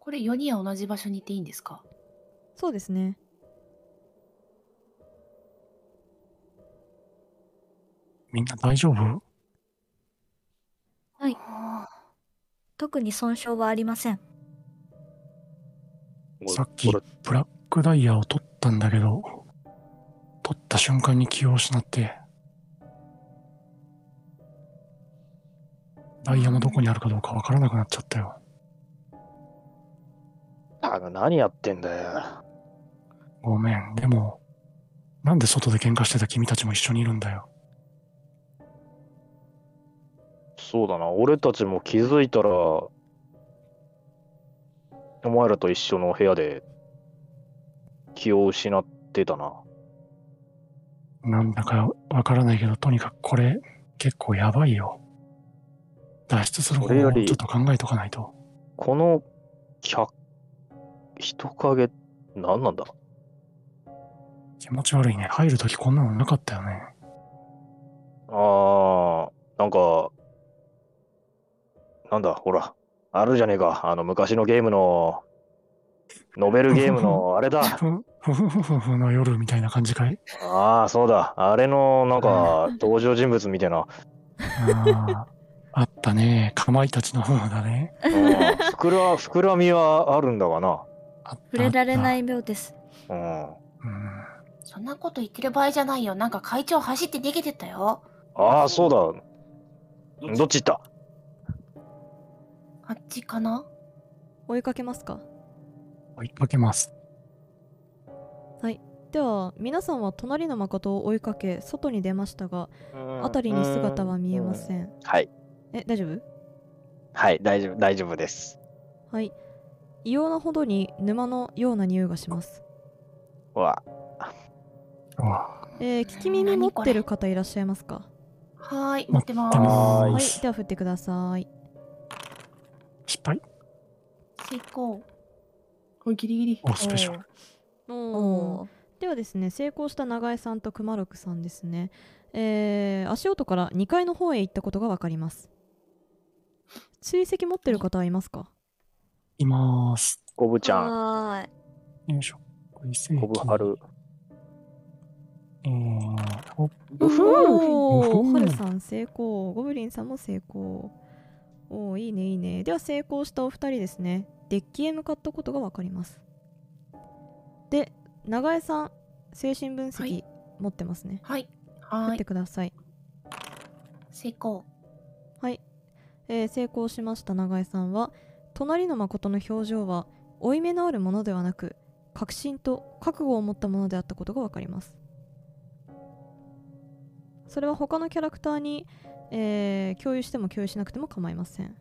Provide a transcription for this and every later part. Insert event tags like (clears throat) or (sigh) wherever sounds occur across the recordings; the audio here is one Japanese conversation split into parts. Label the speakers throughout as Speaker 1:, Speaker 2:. Speaker 1: これ4人は同じ場所にいていいんですか
Speaker 2: そうですね。
Speaker 3: みんな大丈夫
Speaker 4: はい
Speaker 1: あ
Speaker 4: 特に損傷はありません。
Speaker 3: さっきブラックダイヤを取ったんだけど、取った瞬間に気を失って、ダイヤもどこにあるかどうかわからなくなっちゃったよ。
Speaker 5: あの何やってんだよ。
Speaker 3: ごめん。でも、なんで外で喧嘩してた君たちも一緒にいるんだよ。
Speaker 5: そうだな、俺たちも気づいたら、お前らと一緒の部屋で気を失ってたな。
Speaker 3: なんだかわからないけど、とにかくこれ結構やばいよ。脱出する方
Speaker 5: それ
Speaker 3: 法を
Speaker 5: よ
Speaker 3: ちょ
Speaker 5: り
Speaker 3: っと考えとかないと。
Speaker 5: この客、人影、何なんだ
Speaker 3: 気持ち悪いね。入るときこんなのなかったよね。
Speaker 5: あー、なんか、なんだ、ほら、あるじゃねえか、あの昔のゲームの、ノベルゲームの、あ
Speaker 3: (laughs)
Speaker 5: れだ、
Speaker 3: ふふふふふふの夜みたいな感じかい
Speaker 5: ああ、そうだ、あれの、なんか、登場人物みたい
Speaker 3: (laughs) あ
Speaker 5: な、
Speaker 3: あ、あったね。かまいたちの方だね。
Speaker 5: うん膨ら、膨らみはあるんだがな。
Speaker 3: あった。
Speaker 4: 触れられないい病です。
Speaker 5: うん。
Speaker 3: うん
Speaker 1: ーそんなこと言ってる場合じゃないよなんか会長走って逃げてったよ
Speaker 5: ああ、そうだ。どっち行った
Speaker 1: あっちかな
Speaker 2: 追いかけますか
Speaker 3: 追いかけます。
Speaker 2: では皆さんは隣の誠を追いかけ外に出ましたが辺りに姿は見えま
Speaker 5: ん。
Speaker 2: せん。
Speaker 6: はい。
Speaker 2: え大丈夫
Speaker 6: はい、大丈夫、大丈夫です。
Speaker 2: はい。異様なほどに沼のような匂いがします。
Speaker 6: うわ、
Speaker 3: うわ
Speaker 2: えー、聞き耳持ってる方いらっしゃいますか
Speaker 1: はーい持ってま
Speaker 3: 持ってます
Speaker 1: す
Speaker 2: はい
Speaker 3: は、
Speaker 2: では振ってください。
Speaker 3: 失敗。
Speaker 1: 成功おギリギリ
Speaker 3: おスペシャル
Speaker 2: おーではですね成功した永江さんと熊六さんですね、えー足音から2階の方へ行ったことが分かります追跡持ってる方はいますか
Speaker 3: います。
Speaker 5: コブちゃん、
Speaker 4: はーい。
Speaker 3: よいしょ。これ正
Speaker 5: コブハル。
Speaker 3: えー、お
Speaker 1: うふ
Speaker 2: お
Speaker 3: うふ
Speaker 2: お
Speaker 3: う
Speaker 2: はるさん成功ゴブリンさんも成功おおいいねいいねでは成功したお二人ですねデッキへ向かったことが分かりますで永江さん精神分
Speaker 1: は
Speaker 2: 析
Speaker 1: い
Speaker 2: 持ってますね、
Speaker 1: はい
Speaker 2: 振
Speaker 1: は
Speaker 2: っ
Speaker 1: ー
Speaker 2: て
Speaker 1: い
Speaker 2: ください
Speaker 1: 成功
Speaker 2: はい、えー成功しました永井さんは隣の誠の表情は負い目のあるものではなく確信と覚悟を持ったものであったことが分かりますそれは他のキャラクターに、えー共有しても共有しなくても構いません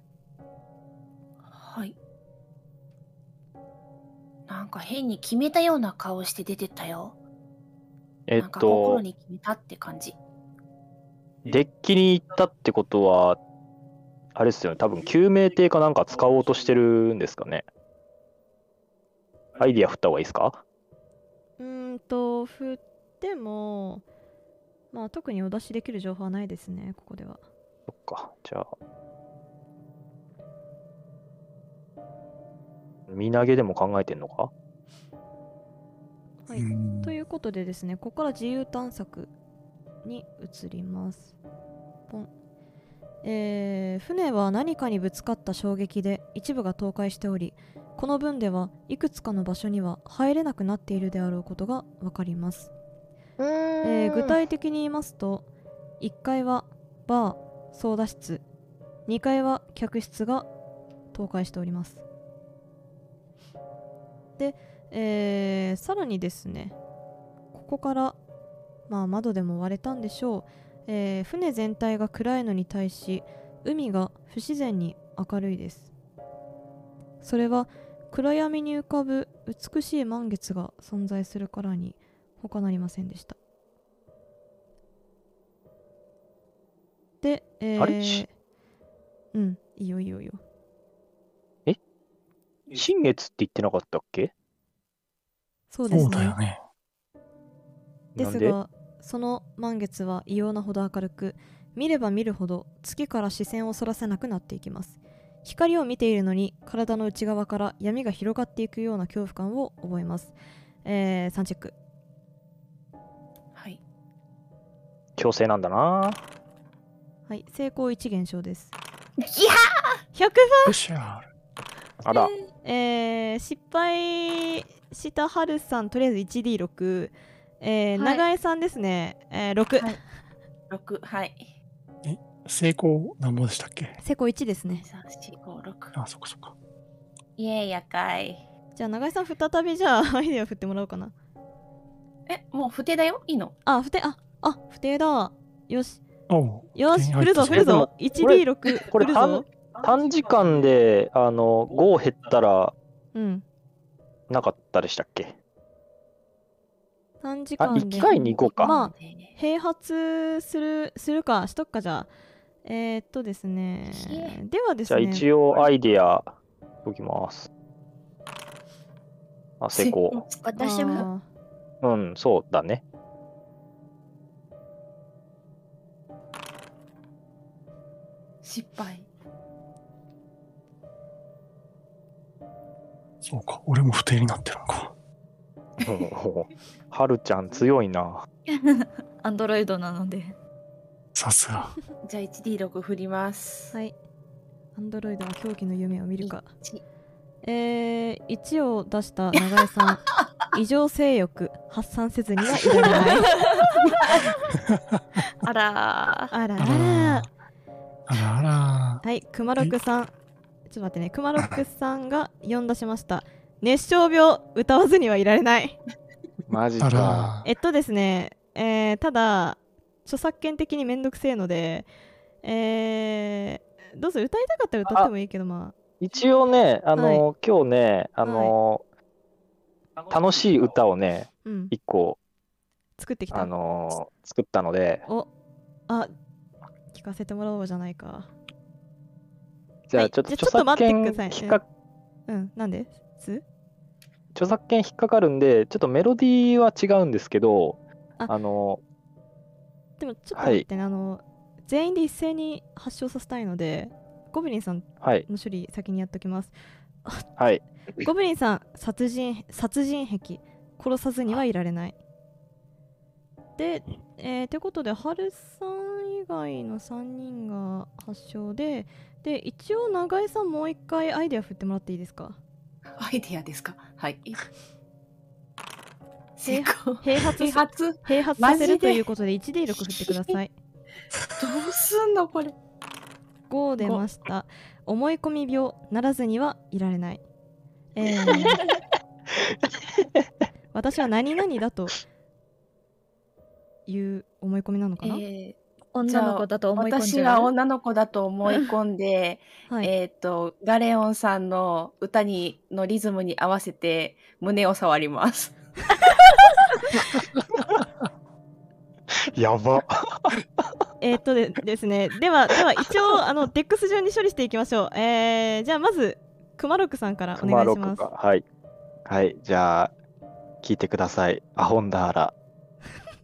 Speaker 1: はいなんか変に決めたような顔して出てったよ
Speaker 5: え
Speaker 1: な
Speaker 5: っ
Speaker 1: んか心
Speaker 5: と、
Speaker 1: に決めたって感じ
Speaker 5: デッキに行ったってことは、あれですよね、多分救命艇かなんか使おうとしてるんですかね。アイディア振った方がいいですか
Speaker 2: うーんと振ってもまあ特にお出しできる情報はないですねここでは
Speaker 5: そっか、じゃあ。身投げでも考えてんのか
Speaker 2: は
Speaker 3: う
Speaker 2: い
Speaker 3: ん
Speaker 2: ということでですねここから自由探索に移りますポンえー船は何かにぶつかった衝撃で一部が倒壊しておりこの分ではいくつかの場所には入れなくなっているであろうことが分かります、えー具体的に言いますと1階はバー操舵室2階は客室が倒壊しておりますで、えーさらにですねここから、まあ、窓でも割れたんでしょう、えー船全体が暗いのに対し海が不自然に明るいですそれは暗闇に浮かぶ美しい満月が存在するからに他なりませんでしたで、えー
Speaker 5: あれし
Speaker 2: うんいいよいいよいいよ
Speaker 5: 新月って言ってなかったっけ
Speaker 2: そうです
Speaker 3: そう
Speaker 2: ね
Speaker 3: だよね。
Speaker 2: で
Speaker 5: なん
Speaker 2: す
Speaker 5: で
Speaker 2: がその満月は異様なほど明るく見れば見るほど月から視線をそらせなくなっていきます光を見ているのに体の内側から闇が広がっていくような恐怖感を覚えます。えー、3チェック。
Speaker 1: はい。
Speaker 5: 強制なんだな
Speaker 2: はい、成功1減少です。
Speaker 1: いや
Speaker 2: 100
Speaker 3: よっしゃ
Speaker 5: あら、
Speaker 2: えー失敗したはるさんとりあえず 1D6、えー
Speaker 1: はい
Speaker 2: 長江さんですね、えー6、
Speaker 1: はい六はい。
Speaker 3: 成功なんぼでしたっけ
Speaker 2: 成功1ですね
Speaker 1: 三四五六。
Speaker 3: あ、そっかそっか。
Speaker 1: イエーイやかい。
Speaker 2: じゃあ長江さん再びじゃあアイデア振ってもらおうかな
Speaker 1: えもう不定だよ。いいの？
Speaker 2: あ不定ああ不定だよし
Speaker 3: おう
Speaker 2: よし
Speaker 3: 手に入
Speaker 2: 振る
Speaker 3: った
Speaker 2: ぞ振る
Speaker 5: で
Speaker 2: ぞ
Speaker 5: もこれ
Speaker 2: 1D6 振
Speaker 5: これ
Speaker 2: るぞ
Speaker 5: 短短時間であの5減ったら
Speaker 2: うん
Speaker 5: なかったでしたっけ
Speaker 2: 短時
Speaker 5: あ
Speaker 2: 間で
Speaker 5: 一回に行こうか、
Speaker 2: まあ併発するするかしとくかじゃあえー、っとですね
Speaker 1: ひえ
Speaker 2: ではで
Speaker 5: じ
Speaker 2: す
Speaker 5: ゃあ
Speaker 2: ね
Speaker 5: 一応アイディア解きますあ成功。
Speaker 4: 私も
Speaker 2: も
Speaker 5: うんそうだね (laughs)
Speaker 1: 失敗。
Speaker 3: そうか。俺も不定になってるのか。
Speaker 5: はるちゃん強いな
Speaker 4: アンドロイドなので
Speaker 3: さすが。
Speaker 1: じゃあ 1D6 振ります。
Speaker 2: はい。アンドロイドは狂気の夢を見るか。
Speaker 1: 一
Speaker 2: えー、1を出した長江さ (laughs) ん。異常性欲、発散せずにはいられない。 (laughs)
Speaker 4: あら
Speaker 2: あらら
Speaker 3: あらあらあら。
Speaker 2: はい、熊六さん。ちょっと待ってね、熊六さんが4出しました。熱傷病、歌わずにはいられない。
Speaker 6: マジ
Speaker 3: あ
Speaker 6: か。
Speaker 3: ら。
Speaker 2: えっとですね、えー、ただ、著作権的にめんどくせえので、えー、どうぞ歌いたかったら歌ってもいいけど、ま
Speaker 5: 一応ねあの、今日ねあの、楽しい歌をね
Speaker 2: あ、うん、
Speaker 5: 一個
Speaker 2: 作ってきた。
Speaker 5: あの作ったので
Speaker 2: おあ聞かせてもらおうじゃないか。
Speaker 5: じゃ
Speaker 2: は
Speaker 5: あ
Speaker 2: い
Speaker 5: ちょっと
Speaker 2: じゃあ
Speaker 5: 著作権
Speaker 2: ちょっと待ってください
Speaker 5: 引っか
Speaker 2: うん、なんです
Speaker 5: 著作権引っかかるんでちょっとメロディーは違うんですけど
Speaker 2: あ
Speaker 5: あの
Speaker 2: でもちょっと待ってね、あの全員で一斉に発症させたいのでゴブリンさん
Speaker 5: はい
Speaker 2: の処理先にやっときます
Speaker 6: (laughs)
Speaker 5: はい
Speaker 2: ゴブリンさん殺人殺人癖殺さずにはいられないで、えー、てことで春さん以外の3人が発症でで一応長江さんもう一回アイデア振ってもらっていいですか
Speaker 1: アイディアですか。はい。成功。
Speaker 2: 併発
Speaker 1: 啓
Speaker 2: さ
Speaker 1: 発ど
Speaker 2: 併発させるということで 1D6 振ってください
Speaker 1: うすんのこれ。
Speaker 2: 5出ました思い込み病ならずにはいられない、えー
Speaker 5: (laughs)
Speaker 2: 私は何々だという思い込みなのかな、
Speaker 1: え
Speaker 4: (laughs) 女の子だと
Speaker 1: ー、
Speaker 4: 思い込んじ
Speaker 1: 私
Speaker 4: ゃう
Speaker 1: は女の子だと思い込んで、
Speaker 2: はい、
Speaker 1: えっとガレオンさんの歌にのリズムに合わせて胸を触ります。
Speaker 5: やば
Speaker 2: えーっとでですねではでは一応あのデックス順に処理していきましょう、えー、じゃあまずクマロックさんからお願いします
Speaker 5: か
Speaker 2: は
Speaker 5: はい
Speaker 6: はい、じゃあ、聞いてください。アホンダーラ。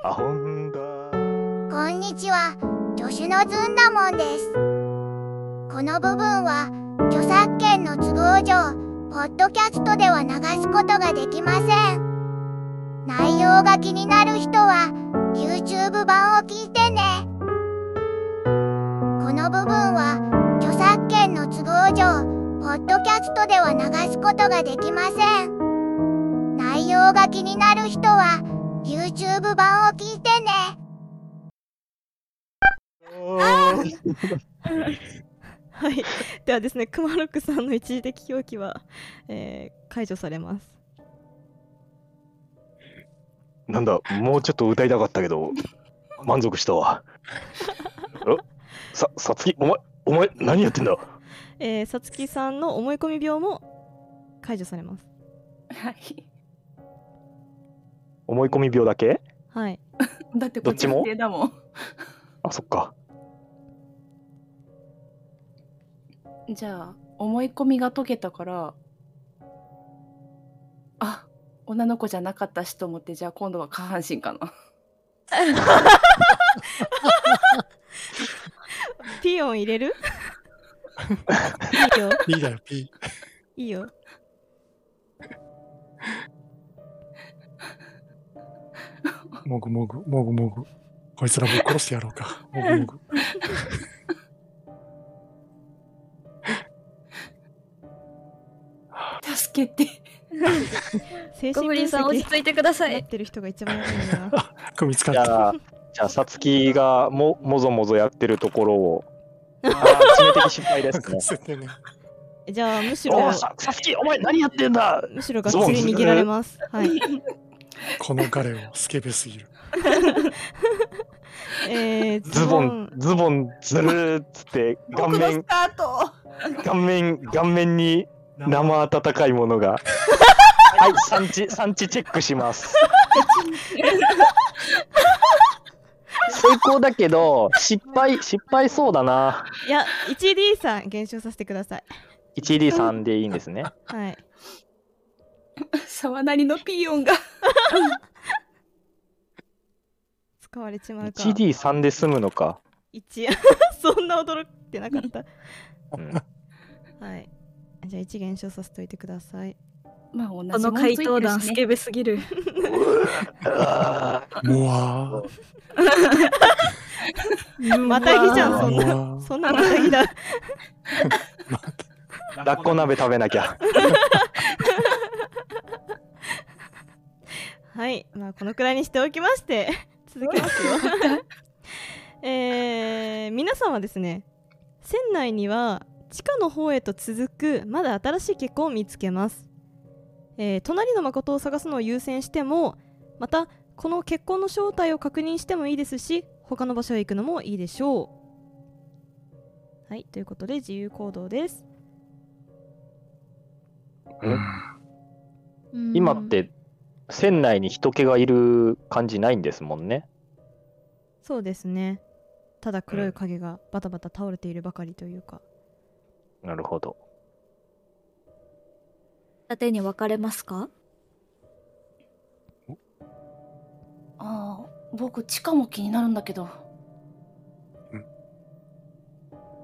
Speaker 6: アホンダーラ。
Speaker 7: こんにちは、助手のずんだもんです。この部分は著作権の都合上、ポッドキャストでは流すことができません。内容が気になる人は YouTube 版を聞いてね。この部分は著作権の都合上、ポッドキャストでは流すことができません。内容が気になる人は YouTube 版を聞いてね。
Speaker 2: いではですねクマロックさんの一時的表記は、えー解除されます
Speaker 6: なんだ、もうちょっと歌いたかったけど、満足し
Speaker 5: (laughs)
Speaker 6: たわ。えさ、さつき、お前、お前、何やってんだ
Speaker 2: えーさつきさんの思い込み病も解除されます
Speaker 1: はい。
Speaker 5: 思い込み病だけ
Speaker 2: はい
Speaker 1: だってこっち
Speaker 5: どっちも
Speaker 1: 不定だもん。
Speaker 5: あそっか
Speaker 1: じゃあ思い込みが解けたからあ女の子じゃなかったしと思ってじゃあ今度は下半身かな (laughs)
Speaker 2: ピーヨン入れるいいよ。
Speaker 3: いいだよ、P。
Speaker 2: いいよ。
Speaker 3: もぐもぐ、もぐもぐ。こいつらもう殺してやろうか。もぐもぐ。
Speaker 1: 助けて。
Speaker 2: 精
Speaker 4: ゴブ
Speaker 2: 神分
Speaker 4: リンさん落ち
Speaker 2: 析
Speaker 4: 着いてくださ
Speaker 2: なっ
Speaker 4: い。
Speaker 2: てる人が一番やばいな。
Speaker 3: 組みつか
Speaker 5: じ
Speaker 3: った。
Speaker 5: ゃあ、じゃあ、さつきがも、もぞもぞやってるところを。あー致命的失
Speaker 3: (laughs)
Speaker 5: 敗ですね。
Speaker 3: 絶対ね。
Speaker 2: じゃあむし
Speaker 5: お
Speaker 2: ろ
Speaker 5: う、ささつき、お前何やってんだ
Speaker 2: むしろがっつり握られます。はい。
Speaker 3: この彼をスケベすぎる。
Speaker 2: えー、
Speaker 5: ズボン、ズボン、ずるーっつって、顔
Speaker 1: 僕のス
Speaker 5: 面、
Speaker 1: カート
Speaker 5: 顔面、顔面に生温かいものが。はい、産地、産地チェックします。成功だけど、失敗、失敗そうだな。
Speaker 2: いや 1D さん減少させてください。
Speaker 5: 1D3 でいいんですね。
Speaker 2: はい。
Speaker 1: 沢なりのピーヨンが。
Speaker 2: 使われちまうか。
Speaker 5: 1D3 で済むのか。
Speaker 2: 1 (laughs) そんな驚いてなかった。
Speaker 5: うん
Speaker 2: はい。じゃあ1減少させておいてください。
Speaker 1: まあ同じ
Speaker 4: (laughs)
Speaker 1: も
Speaker 4: こ
Speaker 1: ん
Speaker 4: の回答団
Speaker 1: つ
Speaker 4: ス
Speaker 1: いてるし
Speaker 4: ケベす
Speaker 1: ね
Speaker 4: ぎ (laughs) る。
Speaker 3: もわ
Speaker 2: またぎじゃんそんな
Speaker 3: もう
Speaker 2: そんなまたぎだ。
Speaker 5: ラッコ鍋食べなきゃ。
Speaker 2: はい、まあこのくらいにしておきまして、続きますよ。えー、皆さんはですね、船内には地下の方へと続くまだ新しい結婚を見つけます。えー隣の誠を探すのを優先しても、またこの結婚の正体を確認してもいいですし、他の場所へ行くのもいいでしょう。はい、ということで自由行動です。
Speaker 5: 今って船内に人気がいる感じないんですもんね。
Speaker 2: そうですね。ただ黒い影がバタバタ倒れているばかりというか。
Speaker 5: なるほど。
Speaker 4: 縦に分かれますか
Speaker 1: ああ、僕地下も気になるんだけど。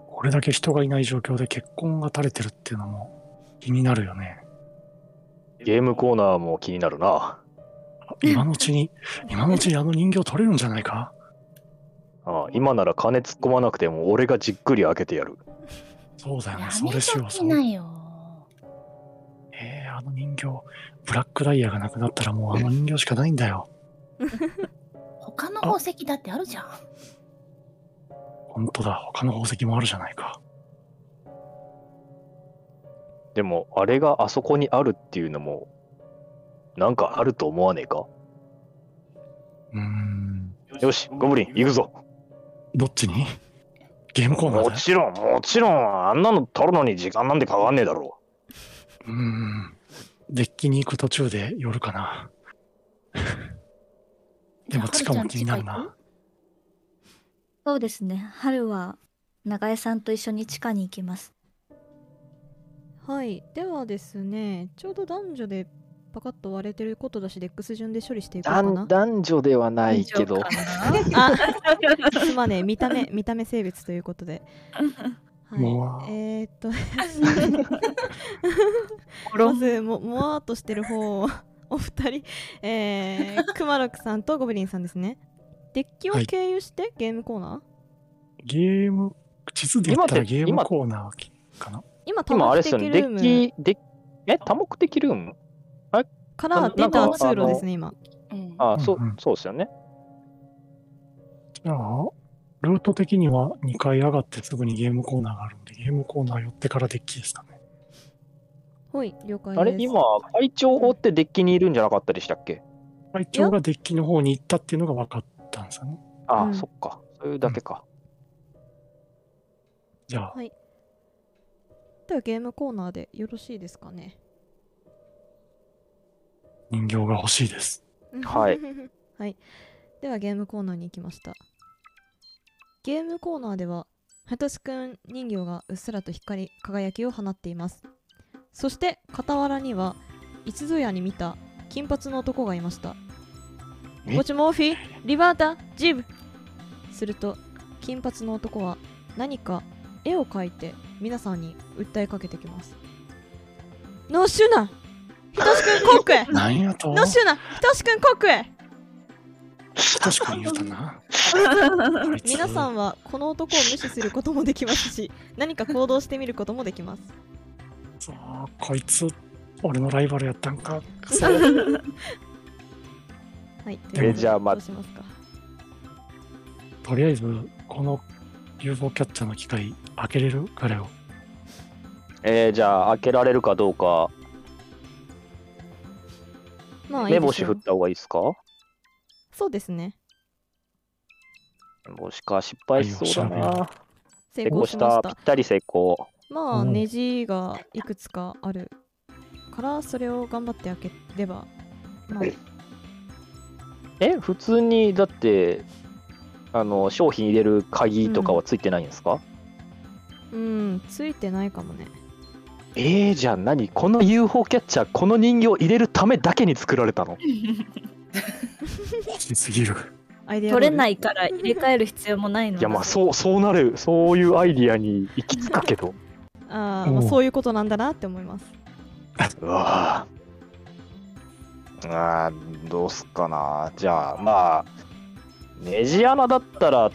Speaker 3: これだけ人がいない状況で結婚が垂れてるっていうのも気になるよね。
Speaker 5: ゲームコーナーも気になるな。
Speaker 3: あ今のうちに、今のうちにあの人形取れるんじゃないか
Speaker 5: ああ今なら金突っ込まなくても俺がじっくり開けてやる。
Speaker 3: そうだよね、
Speaker 1: や
Speaker 3: そ
Speaker 1: め
Speaker 3: れし
Speaker 1: と
Speaker 3: よう、
Speaker 1: き
Speaker 3: そ
Speaker 1: な
Speaker 3: う。
Speaker 1: よ。
Speaker 3: えー、あの人形、ブラックダイヤがなくなったらもうあの人形しかないんだよ。
Speaker 1: 他の宝石だってあるじゃん。
Speaker 3: 本当だ、他の宝石もあるじゃないか。
Speaker 5: でもあれがあそこにあるっていうのもなんかあると思わねえか
Speaker 3: うーん、
Speaker 5: よし、ゴブリン行くぞ。
Speaker 3: どっちにゲームコーナー
Speaker 5: も
Speaker 3: だよ。
Speaker 5: ちろん、もちろん、あんなの取るのに時間なんてかかんねえだろ
Speaker 3: うーん、デッキに行く途中で寄るかな。でも地下も気になるな。
Speaker 4: そうですね。春は長江さんと一緒に地下に行きます。
Speaker 2: はい、ではですね、ちょうど男女でパカッと割れてることだし、デックス順で処理していこうかな。
Speaker 5: 男女ではな
Speaker 4: 以上かな
Speaker 2: あ、すま
Speaker 5: (laughs)
Speaker 2: ねえ、見た目、見た目性別ということで。
Speaker 3: もわ
Speaker 2: はい、えー、っ (laughs) と、まずも、もわーっとしてる方を、お二人、えー、クマロクさんとゴブリンさんですね。デッキを
Speaker 3: はい
Speaker 2: 経由して、ゲームコーナー
Speaker 3: ゲーム、地図で言ったら
Speaker 5: 今って
Speaker 3: ゲームコーナーかな。
Speaker 2: 今、多
Speaker 5: 今あれ
Speaker 2: 目
Speaker 5: ですよ
Speaker 2: 的ル
Speaker 5: ね、
Speaker 2: ー
Speaker 5: デッ
Speaker 2: ム
Speaker 5: キ、デッえ、多目的ルーム
Speaker 2: から出た通路ですね、今。
Speaker 1: うん
Speaker 5: ああ、そう
Speaker 3: うんうん、
Speaker 5: そうですよね。
Speaker 3: じゃあ、ルート的には2階上がってすぐにゲームコーナーがあるんで、ゲームコーナー寄ってからデッキですかね。
Speaker 2: ほい、了解です。
Speaker 5: あれ、今、会長追ってデッキにいるんじゃなかったでしたっけ
Speaker 3: 会長がデッキの方に行ったっていうのが分かったんですよね。
Speaker 5: ああ、
Speaker 2: うん
Speaker 5: そっか。そういうだけか。
Speaker 3: じゃあ、
Speaker 2: では、ゲームコーナーでよろしいですかね。
Speaker 3: 人形が欲しいです。
Speaker 5: はい。
Speaker 2: (laughs) はい。ではゲームコーナーに行きました。ゲームコーナーでは、ハトシくん人形がうっすらと光り輝きを放っています。そして傍らには、いつぞやに見た金髪の男がいました。
Speaker 5: え
Speaker 2: ごちモーフィー、リバータ、ジブすると、金髪の男は何か絵を描いて皆さんに訴えかけてきますノーシュ
Speaker 5: (laughs)
Speaker 2: ナひとしくんコックへ
Speaker 3: 何やと
Speaker 2: ノーシュナひとしくんコックへ
Speaker 3: 確かに言うたな。あい
Speaker 2: (laughs)
Speaker 3: つ
Speaker 2: 皆さんはこの男を無視することもできますし何か行動してみることもできます
Speaker 3: そうこいつ、俺のライバルやったんか。そう
Speaker 2: はいと
Speaker 3: え
Speaker 2: いうことで
Speaker 5: じゃあま
Speaker 2: どうしますか
Speaker 3: とりあえず、この UFO キャッチャーの機械、開けれる彼を。
Speaker 5: えー、じゃあ開けられるかどうか
Speaker 2: まあいいで
Speaker 5: 目
Speaker 2: し
Speaker 5: 星
Speaker 2: ょ
Speaker 5: 振っ
Speaker 2: う
Speaker 5: た方がいいですか
Speaker 2: そうですね
Speaker 5: もしか失敗しそうだ
Speaker 3: はいよ調べよ
Speaker 5: な
Speaker 2: 成
Speaker 5: 成
Speaker 2: 功
Speaker 5: 功
Speaker 2: し
Speaker 5: し
Speaker 2: ましたた
Speaker 5: ぴったり成功
Speaker 2: まあ
Speaker 3: うん
Speaker 2: ネジがいくつかあるからそれを頑張って開ければまあ
Speaker 5: え普通にだってあの商品入れる鍵とかはついてないんです
Speaker 2: う
Speaker 5: か、
Speaker 2: んついてないかもね
Speaker 5: えー、じゃあ何この UFO キャッチャーこの人形入れるためだけに作られたの
Speaker 3: きすぎる。
Speaker 2: アイデア
Speaker 4: 取れないいから入れ替える必要もないの
Speaker 6: いやまあ
Speaker 4: う
Speaker 6: そうそうなるそういうアイディアに行き着くけど
Speaker 2: あー、まあ、
Speaker 3: おう
Speaker 2: そういうことなんだなって思います
Speaker 6: うわあ
Speaker 5: あーどうすっかなじゃあまあネジ穴だったら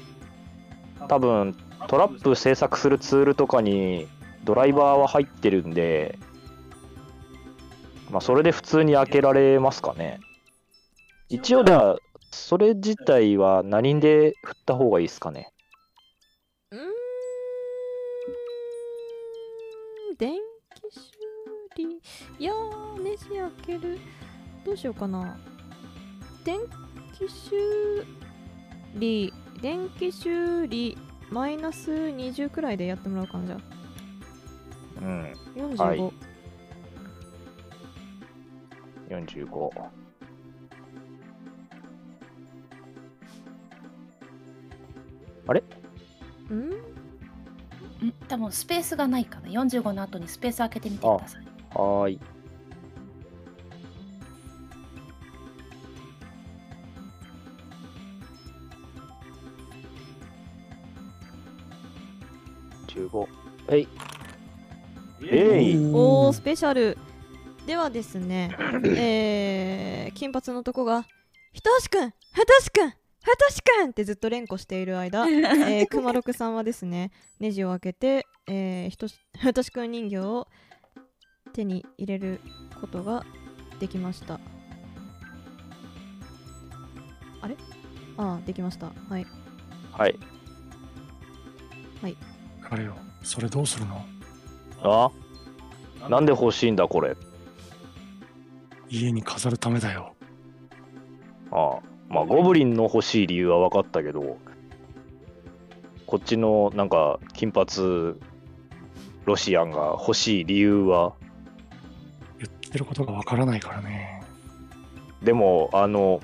Speaker 5: 多分トラップ制作するツールとかにドライバーは入ってるんでまあそれで普通に開けられますかね一応ではそれ自体は何で振った方がいいですかね
Speaker 2: うーん電気修理いやーネジ開けるどうしようかな電気修理電気修理マイナス20くらいでやってもらうかなじゃあ
Speaker 5: うん
Speaker 2: 45、
Speaker 5: はい45
Speaker 2: うん
Speaker 1: ん多分スペースがないかな45の後にスペース開けてみてください
Speaker 5: はーい15えいえい
Speaker 2: おースペシャルではです
Speaker 5: (clears throat)
Speaker 2: ねえー、金髪の男が「ひとしくんひとしくんひとしくん!」ってずっと連呼している
Speaker 5: (laughs)
Speaker 2: 間、えー、熊六さんはですねネジを開けて、えー、ひとしひとしくん人形を手に入れることができましたあれあーできましたはい
Speaker 5: はい
Speaker 3: 彼を。それどうするの
Speaker 5: あなんで欲しいんだこれ
Speaker 3: 家に飾るためだよ。
Speaker 5: ああまあゴブリンの欲しい理由は分かったけどこっちのなんか金髪ロシアンが欲しい理由は
Speaker 3: 言ってることがわからないからね。
Speaker 5: でもあの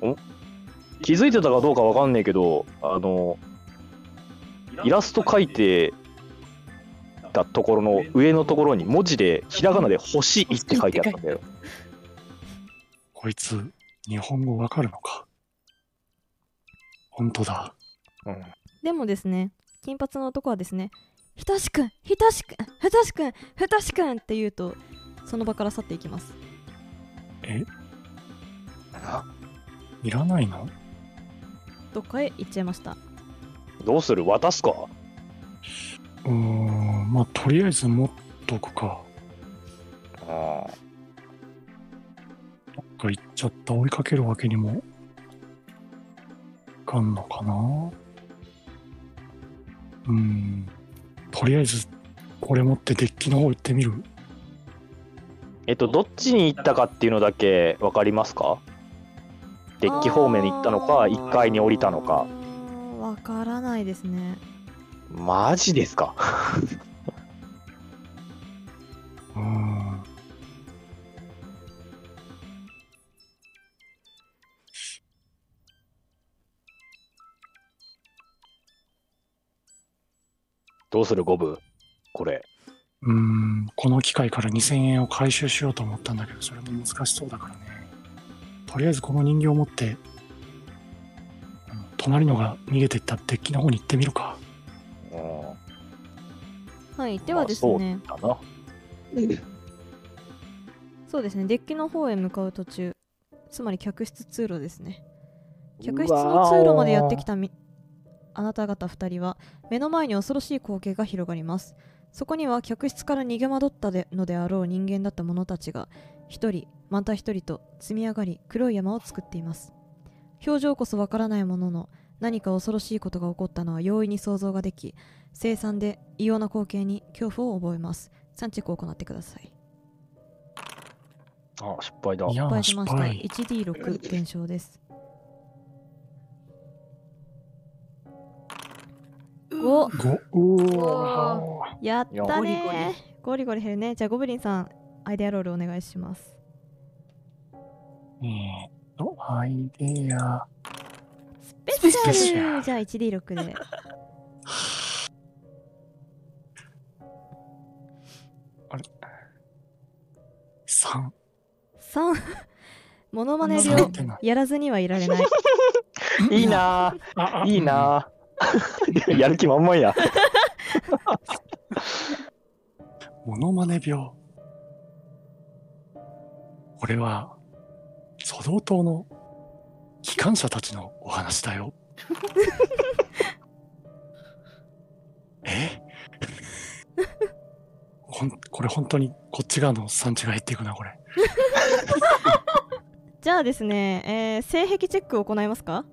Speaker 5: お気づいてたかどうかわかんないけどあのイラスト描いてたところの上のところに文字でひらがなで「星1」って書いてあったんだよ。
Speaker 3: こいつ、日本語わかるのか。本当だ。
Speaker 2: でもですね、金髪の男はですね、ひとしくん、ひとしくん、ひとしくん、ひとしくんって言うと、その場から去っていきます。
Speaker 3: いらないの
Speaker 2: どっかへ行っちゃいました。
Speaker 5: どうする渡すか
Speaker 3: うーん、まあ、とりあえず持っとくか。
Speaker 5: あ
Speaker 3: どっか行っちゃった追いかけるわけにもいかんのかなうんとりあえずこれ持ってデッキの方行ってみる
Speaker 5: えっとどっちに行ったかっていうのだけ分かりますかデッキ方面に行ったのか
Speaker 2: あー
Speaker 5: 1階に降りたのか。
Speaker 2: わからないですね。
Speaker 5: マジですか
Speaker 3: うん
Speaker 5: どうするゴブこれ
Speaker 3: うんこの機械から2000円を回収しようと思ったんだけどそれも難しそうだからねとりあえずこの人形を持ってあの隣のが逃げてったデッキの方に行ってみるか
Speaker 2: はいではですね
Speaker 5: まあそうだな。
Speaker 2: そうですねデッキの方へ向かう途中つまり客室通路ですね客室
Speaker 5: う
Speaker 2: の
Speaker 5: わー
Speaker 2: 通路までやってきたみあなた方2人は目の前に恐ろしい光景が広がりますそこには客室から逃げ惑ったでのであろう人間だった者たちが1人また1人と積み上がり黒い山を作っています表情こそわからないものの何か恐ろしいことが起こったのは容易に想像ができ凄惨で異様な光景に恐怖を覚えます3チェックを行ってください
Speaker 5: あ、失敗だ。
Speaker 3: 嫌
Speaker 2: 失敗
Speaker 3: な
Speaker 2: し
Speaker 3: 失
Speaker 2: ました
Speaker 3: 敗。
Speaker 2: 1D6 減少ですお
Speaker 3: ごうお
Speaker 2: やっ
Speaker 5: いや
Speaker 2: た
Speaker 5: ゴ
Speaker 1: リゴリ
Speaker 2: ねゴリゴリ減るねじゃあゴブリンさんアイデアロールお願いします
Speaker 3: えーっと、アイデア。
Speaker 2: スペシャル
Speaker 3: スペシャル
Speaker 2: じゃあ 1D6 で
Speaker 3: 3。
Speaker 2: 3 (laughs) モノマネ
Speaker 1: モノ
Speaker 2: 量
Speaker 1: マ
Speaker 3: ネ
Speaker 2: やらずにはいられ
Speaker 3: (laughs)
Speaker 2: ない
Speaker 5: いいな
Speaker 3: あ
Speaker 5: ぁ、いいなぁ。やる気満々や。
Speaker 3: モノマネ病。これは、ソド島の機関車たちのお話
Speaker 1: (laughs)
Speaker 3: だよ。えほんこれ本当にこっち側の産地が減っていくな、これ。
Speaker 2: じゃあですね、えー性癖チェックを行いますか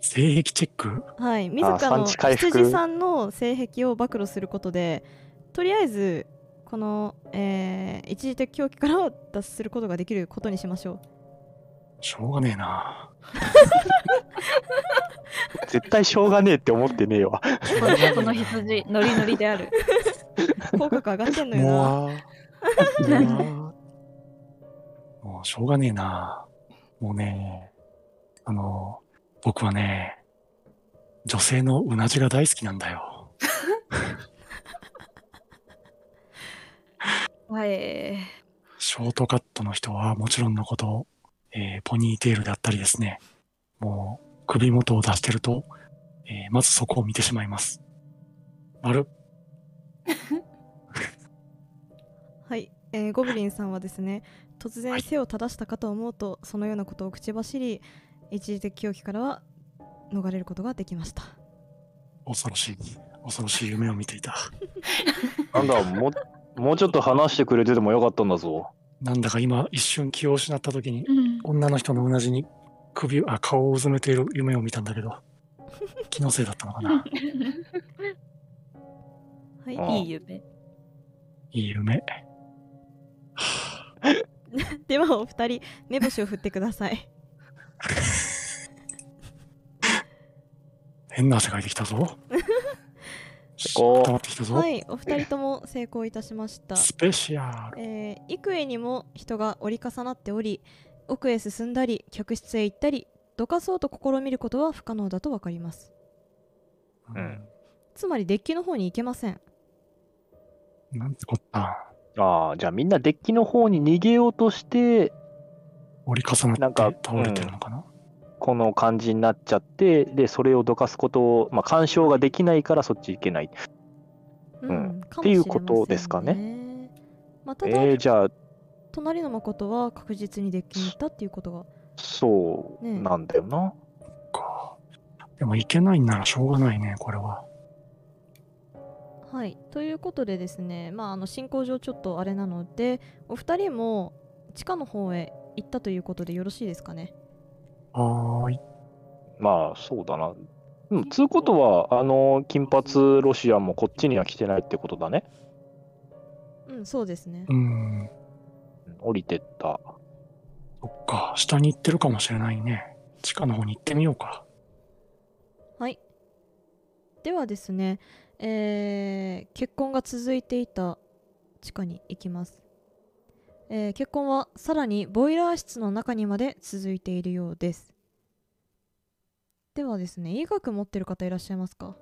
Speaker 3: 性癖チェック
Speaker 2: はい自ら
Speaker 5: 産
Speaker 2: の
Speaker 5: 地回復
Speaker 2: 羊さんの性癖を暴露することでとりあえずこの、えー一時的狂気から脱出することができることにしましょう
Speaker 3: しょうがねえな。
Speaker 5: 絶対しょうがねえって思ってねえわ。
Speaker 1: このこの羊、ノリノリである。
Speaker 2: 口角上がってんのよな
Speaker 3: もう、もう、もうしょうがねえな。もうね、あの、僕はね、女性のうなじが大好きなんだよ。
Speaker 1: はい。
Speaker 3: ショートカットの人はもちろんのこと、えーポニーテールであったりですね、もう首元を出してると、えーまずそこを見てしまいます。ある
Speaker 2: はい、えーゴブリンさんはですね突然背を正したかと思うと、そのようなことを口走り一時的狂気からは逃れることができました
Speaker 3: 恐ろしい、恐ろしい夢を見ていた。
Speaker 5: なんだ、もう、もうちょっと話してくれててもよかったんだぞ。
Speaker 3: なんだか今一瞬気を失った時に (laughs)
Speaker 4: うん
Speaker 3: 女の人のうなじに首をあ顔をうずめている夢を見たんだ
Speaker 2: (laughs)
Speaker 3: けど気のせいだったのかな
Speaker 2: はい、
Speaker 5: あ
Speaker 1: いい夢。
Speaker 3: いい夢
Speaker 2: ではお二人目星を振ってください
Speaker 3: 変な汗かいてきたぞし
Speaker 5: こう
Speaker 3: 溜まってきたぞ、
Speaker 2: はいお二人とも成功いたしました
Speaker 3: スペシャル
Speaker 2: えー幾重にも人が折り重なっており奥へ進んだり客室へ行ったりどかそうと試みることは不可能だとわかります
Speaker 5: うん
Speaker 2: つまりデッキの方に行けません
Speaker 3: なんてこった
Speaker 5: ああ、じゃあみんなデッキの方に逃げようとして、
Speaker 3: 折り重な
Speaker 5: な
Speaker 3: っ
Speaker 5: んか
Speaker 3: て倒れてるのかな
Speaker 5: この感じになっちゃって、で、それをどかすことを、まあ、干渉ができないからそっち行けない。
Speaker 2: うんかもしれませんね
Speaker 5: っていうことですか
Speaker 2: まあ、た
Speaker 5: え
Speaker 2: だ、
Speaker 5: ー、じゃあ、
Speaker 2: 隣の誠は確実にデッキに行ったっていうことが
Speaker 5: そ
Speaker 2: ねえ
Speaker 5: うなんだよな。
Speaker 3: かでもいけないんならしょうがないねこれは
Speaker 2: はいということでですねまああの進行上ちょっとあれなのでお二人も地下の方へ行ったということでよろしいですかね
Speaker 3: はーい
Speaker 5: まあ、そうだな。うん、つうことは、あの、金髪ロシアンもこっちには来てないってことだね。
Speaker 2: うんそうですね
Speaker 3: うん
Speaker 5: うん降りてった。
Speaker 3: そっか下に行ってるかもしれないね地下の方に行ってみようか
Speaker 2: はいではですねえー結婚が続いていた地下に行きます、えー結婚はさらにボイラー室の中にまで続いているようですではですね医学持ってる方いらっしゃいますか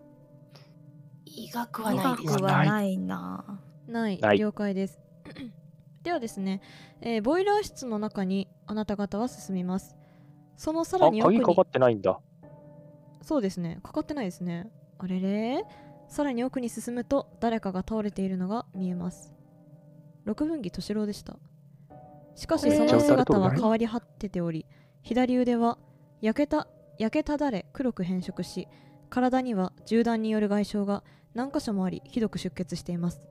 Speaker 1: 医学
Speaker 4: 医学はないな。
Speaker 2: ない
Speaker 5: ない
Speaker 2: 了解です (clears throat) ではですね、えーボイラー室の中にあなた方は進みますそのさら
Speaker 5: あ、
Speaker 2: に奥
Speaker 5: 鍵
Speaker 2: に
Speaker 5: かかってないんだ。
Speaker 2: そうですねかかってないですねあれれさらに奥に進むと誰かが倒れているのが見えます六分岐敏郎でしたしかしそ
Speaker 4: めっちゃ撃たれ
Speaker 2: の姿
Speaker 6: とる
Speaker 2: は
Speaker 6: ね
Speaker 2: 変わり果てており左腕は焼けた焼けただれ黒く変色し体には銃弾による外傷が何箇所もありひどく出血しています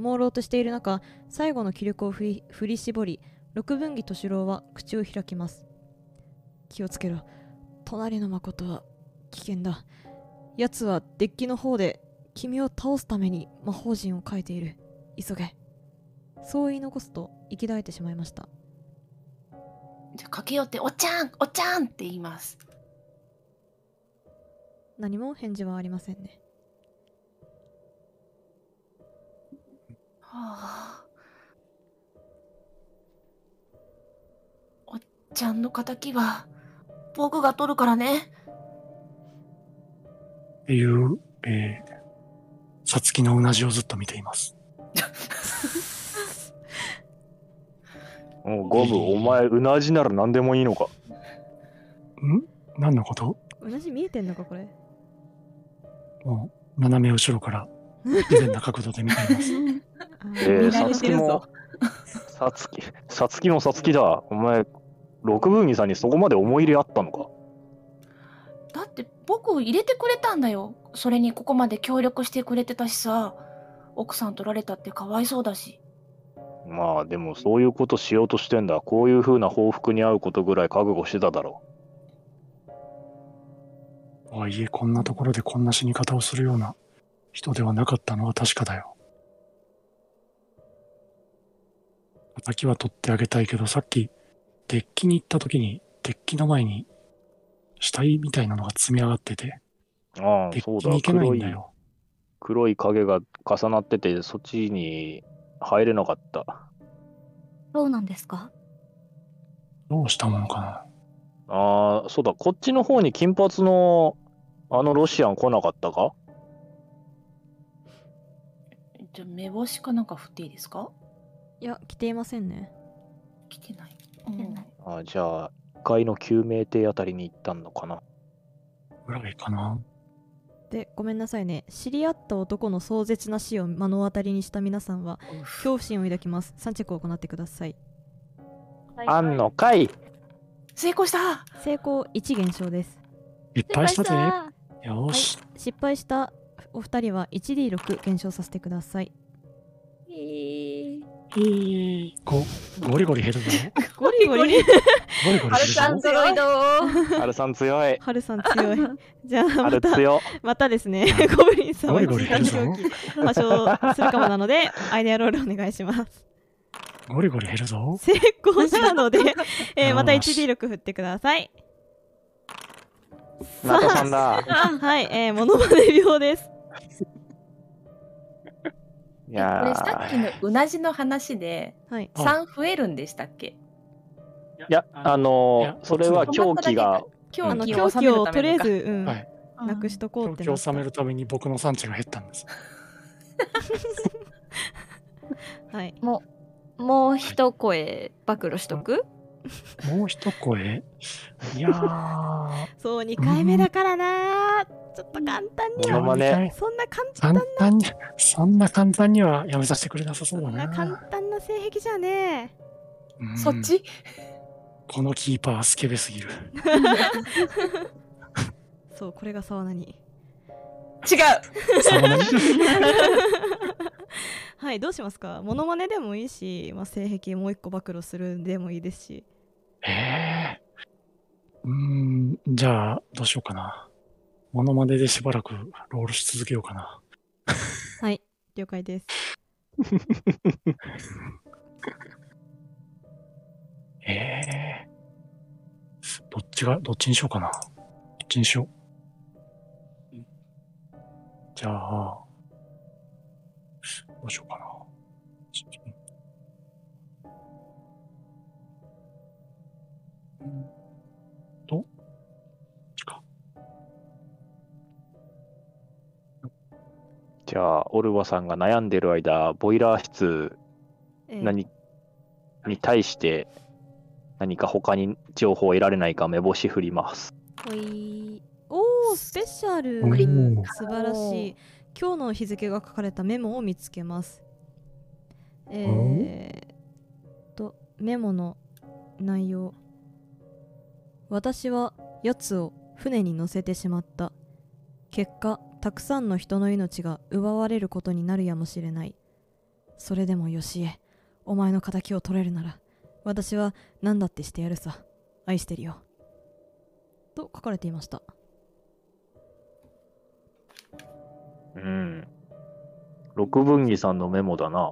Speaker 2: 朦朧としている中最後の気力を振り振り絞り六分岐敏郎は口を開きます気をつけろ隣の誠は危険だ奴はデッキの方で君を倒すために魔法陣を描いている急げそう言い残すと息絶えてしまいました
Speaker 1: じゃあ駆け寄って「おっちゃんおっちゃん!」って言います
Speaker 2: 何も返事はありませんね
Speaker 1: はあおっちゃんの敵は僕が取るからね
Speaker 3: っていう、えー、さつきのうなじをずっと見ています。
Speaker 5: もうゴブ、お前、うなじなら何でもいいのか。
Speaker 1: (laughs)
Speaker 3: ん何のこと
Speaker 2: 同じ見えてんのかこれ
Speaker 3: もう、斜め後ろから、以前な角度で見ています。 (laughs)
Speaker 2: あー
Speaker 5: え
Speaker 1: 見
Speaker 5: ー、
Speaker 1: ら
Speaker 5: さ
Speaker 1: れ
Speaker 5: つ
Speaker 1: て
Speaker 5: き
Speaker 1: る
Speaker 5: も
Speaker 1: ぞ、
Speaker 5: さつき、さつきのさつきだ。お前、六分儀さんにそこまで思い入れあったのか。
Speaker 1: だって僕を入れてくれたんだよそれにここまで協力してくれてたしさ奥さん取られたってかわいそうだし
Speaker 5: まあ、でもそういうことしようとしてんだ。こういう風な報復に遭うことぐらい覚悟してただろ
Speaker 3: とはいえ、こんなところでこんな死に方をするような人ではなかったのは確かだよ。敵は取ってあげたいけど、さっき、デッキに行った時に、デッキの前に、死体みたいなのが積み上がってて、
Speaker 5: う。ああ
Speaker 3: デ、ッ
Speaker 5: そう
Speaker 3: キ
Speaker 5: だ
Speaker 3: に行。けない
Speaker 5: 黒
Speaker 3: ん
Speaker 5: い
Speaker 3: だ、よ。
Speaker 5: 黒い影が重なってて、そっちに入れなかった。
Speaker 4: そうなんですか
Speaker 3: どうしたものかな。
Speaker 5: ああ、そうだ。こっちの方に金髪の、あのロシアン来なかったか
Speaker 1: じゃあ目星かなんか振っていいですか
Speaker 2: いや来ていませんね
Speaker 1: 来てない
Speaker 4: てない
Speaker 5: ああ、じゃあ、1階の救命艇あたりに行ったのかな。
Speaker 3: ぐらいかな。
Speaker 2: でごめんなさいね知り合った男の壮絶な死を目の当たりにした皆さんは恐怖心を抱きます3チェックを行ってください
Speaker 5: あんのかい
Speaker 1: 成功した
Speaker 2: 成功1減少です
Speaker 3: いっぱいしたぜ。よーし。
Speaker 2: 失敗したお二人は 1D6 減少させてください
Speaker 4: えー
Speaker 3: いいごゴリゴリ減るぞ。
Speaker 2: ゴリゴリ
Speaker 3: ゴ (laughs) リゴリ減るぞ。
Speaker 1: ドロイド
Speaker 5: アルさん強
Speaker 1: (laughs)
Speaker 5: い。
Speaker 2: ハルさん強いじゃあ
Speaker 5: ア
Speaker 2: ま
Speaker 5: ル
Speaker 2: た
Speaker 5: 強。
Speaker 2: またですね、 (laughs) ゴブリンさんは
Speaker 3: ゴリゴリ減るぞ
Speaker 2: 引き続き発症するかもなの
Speaker 3: (laughs)
Speaker 2: で、アイデアロールお願いします。
Speaker 3: ゴリゴリ減るぞ。
Speaker 2: 成功したの
Speaker 3: (laughs)
Speaker 2: で、えーまた
Speaker 3: よし
Speaker 2: 1D 力振ってください。
Speaker 5: ナトさんだ。
Speaker 2: はい、えー、モノマネ病です。
Speaker 1: えこ
Speaker 5: い
Speaker 1: れさっき
Speaker 5: ー
Speaker 1: のうなじの話で
Speaker 2: はい。
Speaker 3: あ
Speaker 1: 3増えるんでしたっけ
Speaker 5: いや、あ
Speaker 3: い
Speaker 5: の
Speaker 3: や
Speaker 5: ー、それは狂気が、
Speaker 1: 狂
Speaker 2: あの
Speaker 1: 気
Speaker 2: 狂
Speaker 1: を収
Speaker 2: 気
Speaker 1: める
Speaker 2: を
Speaker 1: た
Speaker 2: とりあ
Speaker 1: め
Speaker 2: え
Speaker 1: の
Speaker 2: ず、
Speaker 1: か
Speaker 2: うん、
Speaker 3: はい
Speaker 2: なくしとこう
Speaker 3: 狂
Speaker 2: って
Speaker 3: 気
Speaker 2: な
Speaker 3: を
Speaker 2: った
Speaker 3: 収めるために僕の産地が減った
Speaker 2: (laughs)
Speaker 3: んです。
Speaker 2: はい。
Speaker 8: もう一声暴露しとく
Speaker 3: もう一声い
Speaker 2: (laughs)
Speaker 3: やー、
Speaker 2: そう、2回目だからなーちょっと簡単に
Speaker 5: モノ
Speaker 2: は、
Speaker 5: マネ。
Speaker 2: そんな簡単
Speaker 3: 簡単に、そんな簡単にはやめさせてくれなさそうだ
Speaker 2: な簡
Speaker 3: な。
Speaker 2: 単な性癖じゃね
Speaker 3: うん
Speaker 1: そっち
Speaker 3: このキーパー、スケベすぎる。
Speaker 2: え。そう、これが沢に
Speaker 1: 違う
Speaker 3: そんなに
Speaker 2: (laughs) はい、どうしますかモノマネでもいいし、まあ、性癖もう一個暴露するでもいいですし。
Speaker 3: えー。うーん、じゃあ、どうしようかな。モノマネでしばらくロールし続けようかな。
Speaker 2: はい、了解です。
Speaker 3: ええどっちが、どっちにしようかな。どっちにしよう。じゃあ、どうしようかな。うんと、こっちか。
Speaker 5: じゃあ、オルワさんが悩んでる間、ボイラー室
Speaker 2: えー
Speaker 5: 何、に対して、何か他に情報を得られないか目星振ります。
Speaker 8: ほい
Speaker 2: おー、スペシャル
Speaker 3: おー
Speaker 2: 素晴らしい。今日の日付が書かれたメモを見つけますえー、とメモの内容私はやつを船に乗せてしまった結果たくさんの人の命が奪われることになるやもしれないそれでもよしえお前の敵を取れるなら私は何だってしてやるさ愛してるよと書かれていました
Speaker 5: うん。六分儀さんのメモだな。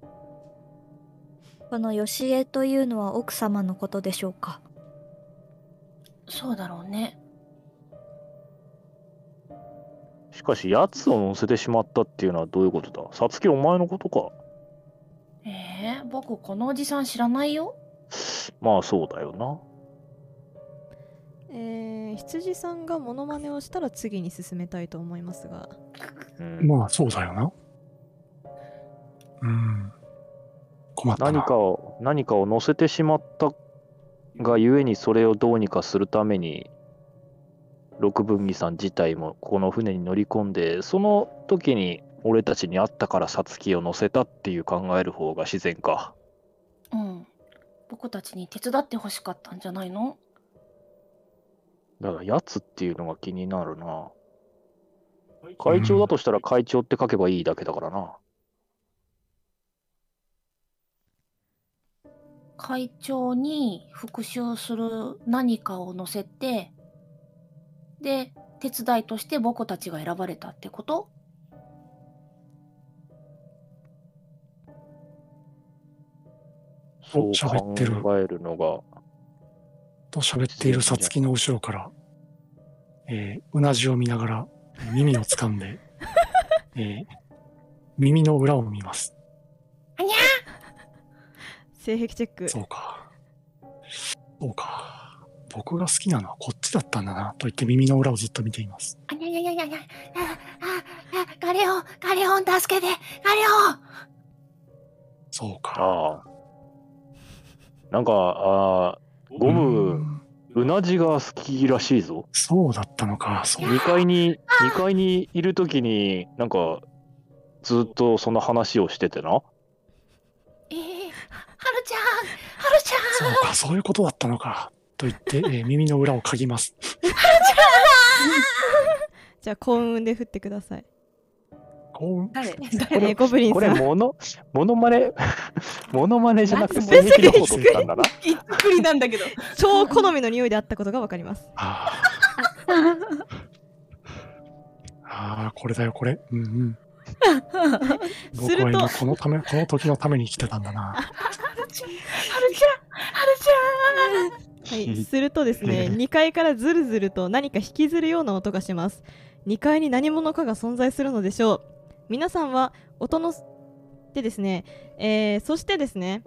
Speaker 4: この吉江というのは奥様のことでしょうか
Speaker 1: そうだろうね。
Speaker 5: しかし、やつを乗せてしまったっていうのはどういうことださつき、お前のことか。
Speaker 1: えー、僕このおじさん知らないよ。
Speaker 5: まあ、そうだよな。
Speaker 2: えー、羊さんがモノマネをしたら次に進めたいと思いますが
Speaker 5: うん、
Speaker 3: まあ、そうだよな。うん。困ったな。
Speaker 5: 何かを、何かを乗せてしまったがゆえに、それをどうにかするために、六分儀さん自体もこの船に乗り込んで、その時に俺たちに会ったからさつきを乗せたっていう考える方が自然か。
Speaker 1: うん。僕たちに手伝ってほしかったんじゃないの
Speaker 5: だから、やつっていうのが気になるな。会長だとしたら会長って書けばいいだけだからな。
Speaker 1: 会長に復讐する何かを乗せて、で、手伝いとして僕たちが選ばれたってこと
Speaker 5: そう
Speaker 3: 喋ってる
Speaker 5: 考えるのが、
Speaker 3: と喋っているさつきの後ろから、えーうなじを見ながら耳を掴んで、えー耳の裏を見ます。
Speaker 2: 性癖チェック
Speaker 3: そうか。そうか。僕が好きなのはこっちだったんだな、と言って耳の裏をずっと見ています。
Speaker 1: あにゃにゃにゃにゃにゃ、あ、あ、あ、ガレオン、ガレオン助けて、ガレオン
Speaker 3: そうか。
Speaker 5: ああ。なんか、ああ、ゴ
Speaker 3: う
Speaker 5: ム、
Speaker 3: ん
Speaker 5: うなじが好きらしいぞ。
Speaker 3: そうだったのか。そう
Speaker 5: 2階に、二階にいるときに、なんか、ずっとその話をしててな。
Speaker 1: ええはるちゃん、はるちゃん
Speaker 3: そうか、そういうことだったのか。と言って、えー耳の裏を嗅ぎます。
Speaker 2: じゃあ幸運で振ってください
Speaker 3: こう、
Speaker 8: 誰
Speaker 2: えーゴブリン
Speaker 5: こ
Speaker 2: さ
Speaker 5: れ、
Speaker 2: ん
Speaker 5: モノ、モノマ (laughs) ネ、モノマネじゃなく
Speaker 8: な
Speaker 5: て、
Speaker 8: ん
Speaker 5: 性癖の方としたんだな。
Speaker 8: いっくりなんだ
Speaker 1: (laughs)
Speaker 8: けど。
Speaker 2: 超好みの匂いであったことがわかります
Speaker 3: ああ。ああ、これだよ、これ。うんうん。
Speaker 2: す
Speaker 3: 僕は
Speaker 2: ると
Speaker 3: 今、このため、 (laughs) この時のために生きてたんだな。
Speaker 1: はるちゃん、はるちゃん
Speaker 2: はい、するとですね、2階からずるずると何か引きずるような音がします。2階に何者かが存在するのでしょう。皆さんは音のでですね、えーそしてですね、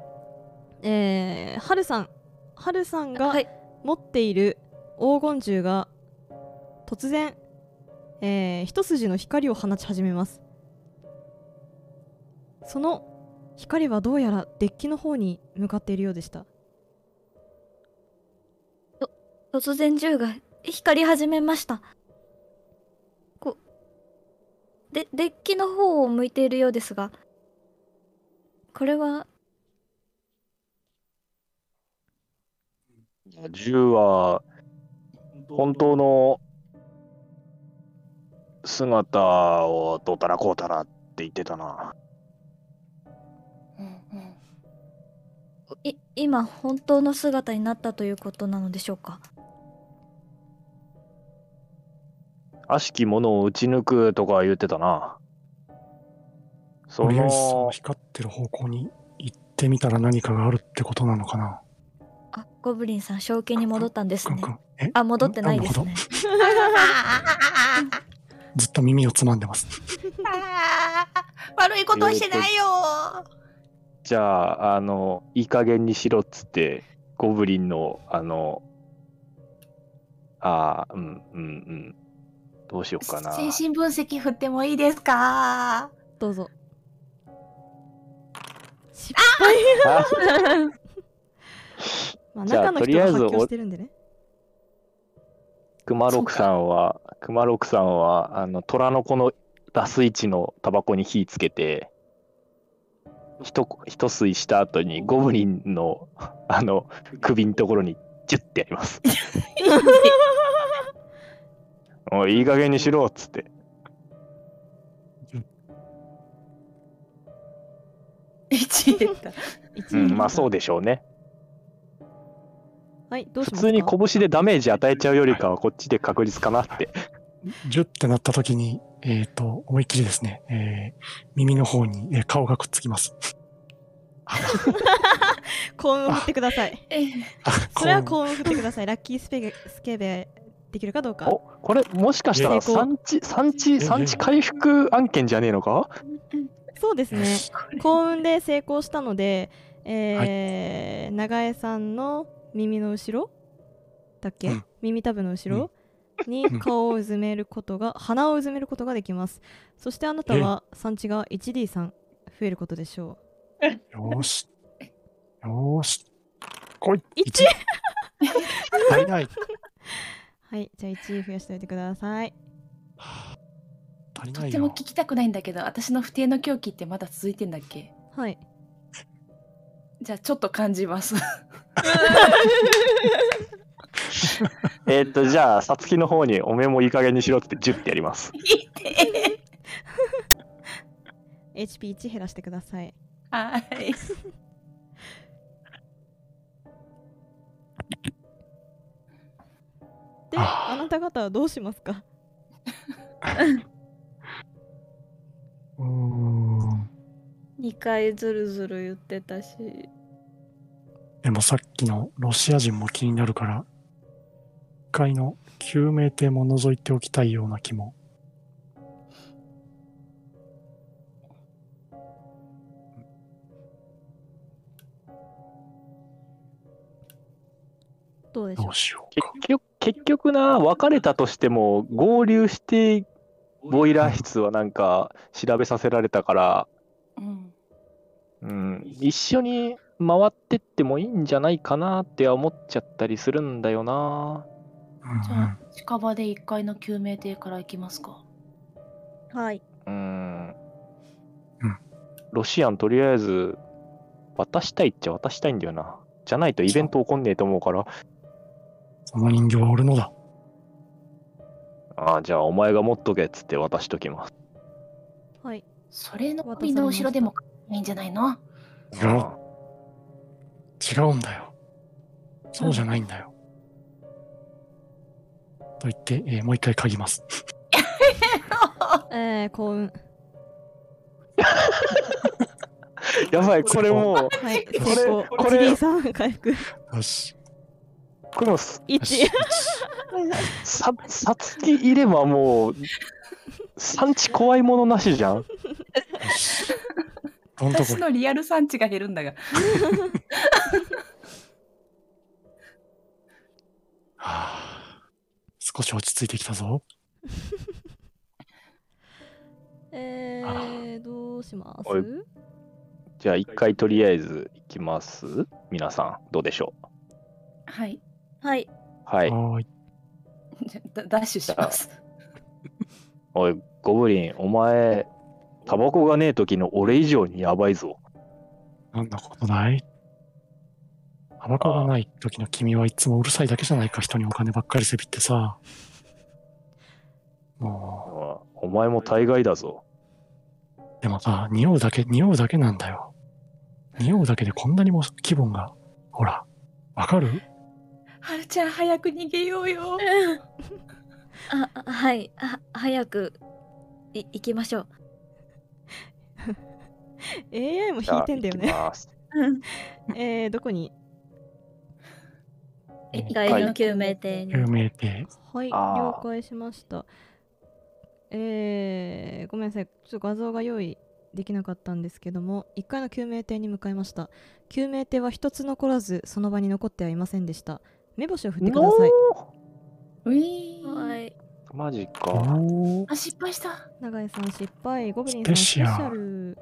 Speaker 2: えー、はるさん、はるさんが
Speaker 8: はい
Speaker 2: 持っている黄金銃が突然、えー一筋の光を放ち始めます。その光はどうやらデッキの方に向かっているようでした。
Speaker 4: 突然銃が光り始めましたこでデッキの方を向いているようですがこれは
Speaker 5: 銃は、本当の姿をどうたらこうたらって言ってたな。
Speaker 1: うんうん。
Speaker 4: い今本当の姿になったということなのでしょうか
Speaker 5: 悪しき者を撃ち抜くとか言ってたな。そ
Speaker 3: とりあえず、その
Speaker 5: の、
Speaker 3: 光ってる方向に行ってみたら何かがあるってことなのかな。
Speaker 4: あゴブリンさん正気に戻ったんです
Speaker 3: くん
Speaker 4: ね
Speaker 3: くん。え
Speaker 4: あ戻ってないですね
Speaker 3: ずっと耳をつまんでます。
Speaker 1: (laughs) 悪いことしてないよ
Speaker 5: じゃあ、あの、いい加減にしろっつって、ゴブリンの、あの、ああ、うん、うん、うん。どうしようかな。
Speaker 1: 精神分析振ってもいいですか
Speaker 2: どうぞ失敗
Speaker 5: あ
Speaker 2: まあ
Speaker 5: じゃあ
Speaker 2: 中の
Speaker 5: と
Speaker 2: 人
Speaker 5: りあ
Speaker 2: が
Speaker 5: えず (laughs)
Speaker 2: 発狂
Speaker 5: お
Speaker 2: してるんでね
Speaker 5: 熊六さんは、熊六さんは、あの、虎の子の出す位置のタバコに火つけて、一こ、一吸いした後にゴブリンの、あの、首のところにジュッてやり (laughs) ます。おい、いい加減にしろっつって。
Speaker 1: (laughs) 1入れた。
Speaker 2: 一
Speaker 5: う
Speaker 2: 位
Speaker 5: ん、まあそうでしょうね。
Speaker 2: はいどう
Speaker 5: 普
Speaker 2: しますか
Speaker 5: 通に拳でダメージ与えちゃうよりかはこっちで確率かなって。
Speaker 3: ジュッてなった時に、えっ、と、思いっきりですね、えー耳の方に、えー顔がくっつきます。
Speaker 2: 幸運を振ってください
Speaker 1: ええ
Speaker 3: あ
Speaker 2: それは
Speaker 3: こ
Speaker 2: 幸運を振ってくださいラッキースペゲスケベできるかどうか
Speaker 5: おこれもしかしたら
Speaker 2: 成功
Speaker 5: 産地産地
Speaker 3: え
Speaker 5: 産地回復案件じゃねえのか
Speaker 2: そうですね幸運で成功したので、えー長江さんの耳の後ろだっけ、
Speaker 3: うん
Speaker 2: 耳たぶの後ろ、に
Speaker 3: ん
Speaker 2: 顔をうずめることが鼻をうずめることができますそしてあなたは産地が 1D3 増えることでしょ
Speaker 3: う。よーし。よーし。来い。
Speaker 2: 一
Speaker 3: 一足りない。
Speaker 2: うはいじゃあ1増やしておいてください
Speaker 3: 足り
Speaker 1: と
Speaker 3: な
Speaker 1: っ
Speaker 3: い
Speaker 1: ても
Speaker 3: よ
Speaker 1: 聞。きたくないんだけど、私の不定の狂気ってまだ続いてんだっけ
Speaker 2: はい
Speaker 1: じゃあちょっと感じます。
Speaker 5: えーっとじゃあさつきの方におめえもいい加減にしろっつって10ってやり (laughs) ます。
Speaker 2: HP1 減らしてください
Speaker 1: (laughs) はい。
Speaker 2: で
Speaker 3: あー
Speaker 2: あなた方はどうしますか
Speaker 3: うーん。
Speaker 8: 2回ずるずる言ってたし
Speaker 3: でもさっきのロシア人も気になるから、一回の救命艇も覗いておきたいような気も。
Speaker 2: どうでしょ
Speaker 3: ど
Speaker 2: う
Speaker 3: うしよう
Speaker 5: 結
Speaker 3: か。
Speaker 5: 局結局な別れたとしても合流してボイラー室はなんか調べさせられたから、
Speaker 1: うん。
Speaker 5: うん、一緒に回ってってもいいんじゃないかなっては思っちゃったりするんだよな。
Speaker 1: じゃあ近場で1階の救命艇から行きますか。
Speaker 4: はい。
Speaker 5: うん
Speaker 3: うん
Speaker 5: ロシアンとりあえず渡したいっちゃ渡したいんだよな。じゃないとイベント起こんねえと思うから。
Speaker 3: その人形は俺のだ。
Speaker 5: ああ、じゃあお前が持っとけっつって渡しときます。
Speaker 2: はい
Speaker 1: それの首の後ろでもいいんじゃないの
Speaker 3: 違う。違うんだよ。そうじゃないんだよ。と言って、えーもう一回嗅ぎます。
Speaker 2: えー、幸運
Speaker 5: やばい、これもう、
Speaker 2: (laughs) はい
Speaker 5: こ
Speaker 2: 成功
Speaker 5: れこれ
Speaker 2: 1D3 回
Speaker 5: (laughs)
Speaker 2: 復
Speaker 3: よし。
Speaker 5: これもさ、
Speaker 3: よし
Speaker 2: 1
Speaker 5: ささつきいればもう、産地怖いものなしじゃん。
Speaker 3: よし。どんとこ
Speaker 1: (laughs) 私のリアル産地が減るんだが。
Speaker 3: はあ少し落ち着いてきたぞ。
Speaker 2: え
Speaker 3: あ
Speaker 2: ー、どうします
Speaker 5: おいじゃあ一回とりあえず行きます。皆さん、どうでしょう。
Speaker 1: はい。
Speaker 4: はい。
Speaker 5: はい。
Speaker 3: はーい。
Speaker 1: じゃあダダッシュします。
Speaker 5: おい、ゴブリン、お前、タバコがねえ時の俺以上にやばいぞ。
Speaker 3: なんだことないタバコがない時の君はいつもうるさいだけじゃないか。人にお金ばっかりせびってさ。も
Speaker 5: あお前も大概だぞ。
Speaker 3: う、でもさ、匂うだけ、匂うだけなんだよ。匂うだけでこんなにも気分が、ほら、わかる
Speaker 1: はるちゃん早く逃げようよ。
Speaker 4: あ、あはい。は早くい行きましょう。
Speaker 2: AI も引いてんだよ
Speaker 5: じ
Speaker 2: ね。
Speaker 5: ゃあ行きます
Speaker 2: えー、どこに
Speaker 4: 一階の救命艇に。
Speaker 3: 有名で、
Speaker 2: はい、
Speaker 5: あー
Speaker 2: 了解しました。えー、ごめんなさい、ちょっと画像が用意できなかったんですけども、1階の救命艇に向かいました。救命艇は一つ残らず、その場に残ってはいませんでした。目星 (laughs) を振ってください。
Speaker 5: の
Speaker 1: うい
Speaker 4: は
Speaker 1: ー。
Speaker 4: い。
Speaker 5: ーマジ
Speaker 3: お
Speaker 5: か。
Speaker 3: ー
Speaker 1: あ、失敗した。
Speaker 2: 長井さん失敗、ゴブリンさん
Speaker 3: ス
Speaker 2: ス
Speaker 3: ペシ
Speaker 2: ペ
Speaker 3: ャ
Speaker 2: シ
Speaker 3: ル
Speaker 2: ャル。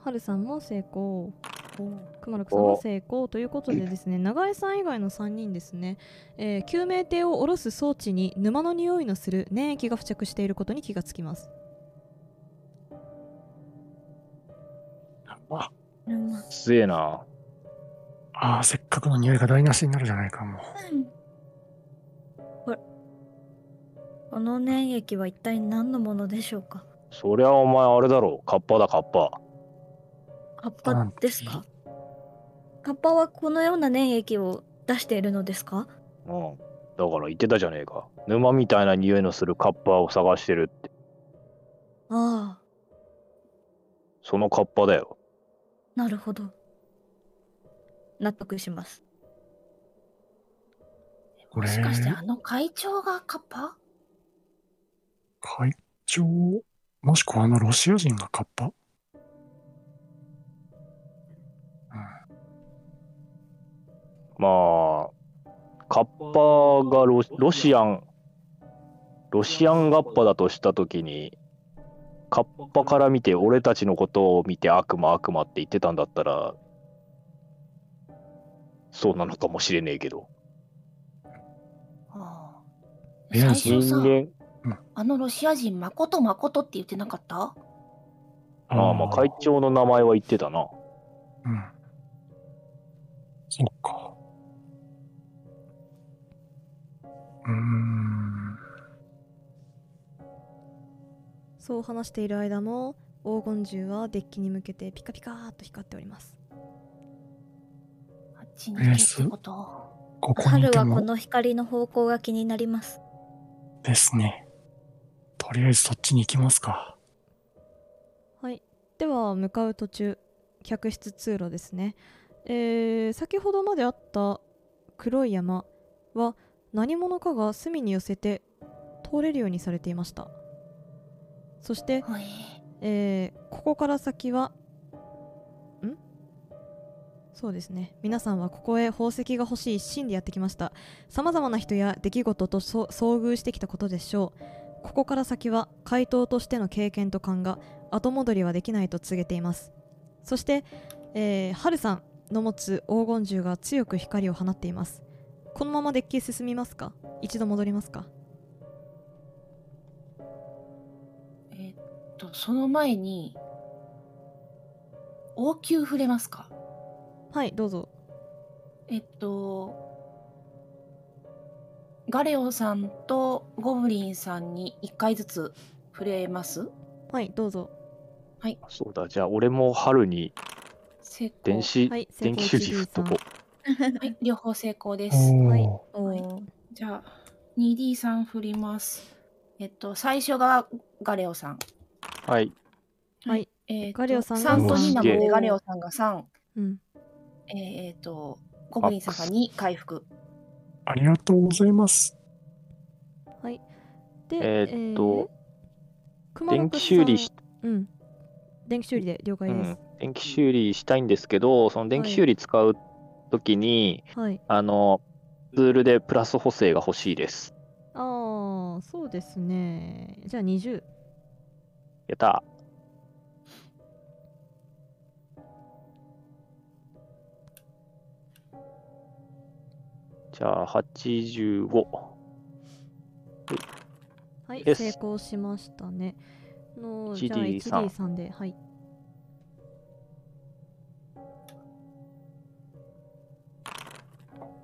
Speaker 2: ハルさんも成功。熊六さんは成功ということでですね長江さん以外の3人ですね、えー救命艇を下ろす装置に沼の匂いのする粘液が付着していることに気がつきます
Speaker 5: すえな。
Speaker 3: ああ、せっかくの匂いが台無しになるじゃないか、もう。
Speaker 4: この粘液は一体何のものでしょうか
Speaker 5: そりゃお前あれだろ。カッパだカッパ。
Speaker 4: カッパですかカッパはこのような粘液を出しているのですか
Speaker 5: うん。だから言ってたじゃねえか。沼みたいな匂いのするカッパを探してるって。
Speaker 4: ああ
Speaker 5: そのカッパだよ。
Speaker 4: なるほど納得します
Speaker 3: こ
Speaker 1: も
Speaker 3: れ、
Speaker 1: しかしてあの会長がカッパ
Speaker 3: 会長、もしくはあのロシア人がカッパ
Speaker 5: まあ、カッパがロロシアン、ロシアンガッパだとしたときに、カッパから見て俺たちのことを見て悪魔悪魔って言ってたんだったら、そうなのかもしれねえけど。
Speaker 1: ああ
Speaker 3: いや
Speaker 1: 最
Speaker 5: 人
Speaker 1: 初さ
Speaker 5: 間、
Speaker 1: あのロシア人誠誠って言ってなかった
Speaker 5: ああまあ会長の名前は言ってたな。
Speaker 3: うん。そっか。うーん。
Speaker 2: そう話している間も黄金銃はデッキに向けてピカピカーっと光っております
Speaker 1: あっちに行けってこと
Speaker 3: ここにい
Speaker 4: 春
Speaker 3: て
Speaker 4: はこ
Speaker 3: も
Speaker 4: の光の方向が気になります
Speaker 3: ですね。とりあえずそっちに行きますか。
Speaker 2: はい、では向かう途中客室通路ですね、えー先ほどまであった黒い山は何者かが隅に寄せて通れるようにされていましたそして、
Speaker 1: はい
Speaker 2: えーここから先はんそうですね皆さんはここへ宝石が欲しい一心でやってきましたさまざまな人や出来事とそ遭遇してきたことでしょうここから先は回答としての経験と勘が後戻りはできないと告げていますそして、えー、春さんの持つ黄金銃が強く光を放っていますこのままデッキへ進みますか一度戻りますか
Speaker 1: えっとその前に応急触れますか
Speaker 2: はいどうぞ
Speaker 1: えっとガレオさんとゴブリンさんに1回ずつ触れます
Speaker 2: はいどうぞ
Speaker 5: そうだ、じゃあ俺も春に
Speaker 1: 成功
Speaker 5: 電子、
Speaker 2: はい
Speaker 5: 電気
Speaker 2: 成
Speaker 5: 修
Speaker 2: 功
Speaker 5: 理振っとこう。
Speaker 1: はい両方成功です
Speaker 2: はい
Speaker 3: お
Speaker 4: お
Speaker 1: はい
Speaker 4: ー
Speaker 1: じゃあ 2D さん振りますえっと最初がガレオさん
Speaker 5: はい。
Speaker 2: はい、
Speaker 1: えっと
Speaker 2: ガレオさんが
Speaker 1: 3と2なの
Speaker 5: おーすげ
Speaker 1: で
Speaker 5: え
Speaker 1: ガレオさんが3
Speaker 2: うん
Speaker 1: えーえっとゴブリンさんが2回復
Speaker 3: ーありがとうございます。
Speaker 2: はいで
Speaker 5: えーっと、
Speaker 2: えー熊
Speaker 5: 電
Speaker 2: 六
Speaker 5: 気
Speaker 2: さん
Speaker 5: 修理し
Speaker 2: うん電気修理で了解です、
Speaker 5: うん、電気修理したいんですけどその電気修理使う時に、
Speaker 2: はい
Speaker 5: あのツールでプラス補正が欲しいです
Speaker 2: ああそうですねじゃあ20
Speaker 5: やったじゃあ85
Speaker 2: はい、
Speaker 5: Yes
Speaker 2: 成功しましたねのじゃあ
Speaker 5: 1D さん
Speaker 2: 1D3 ではい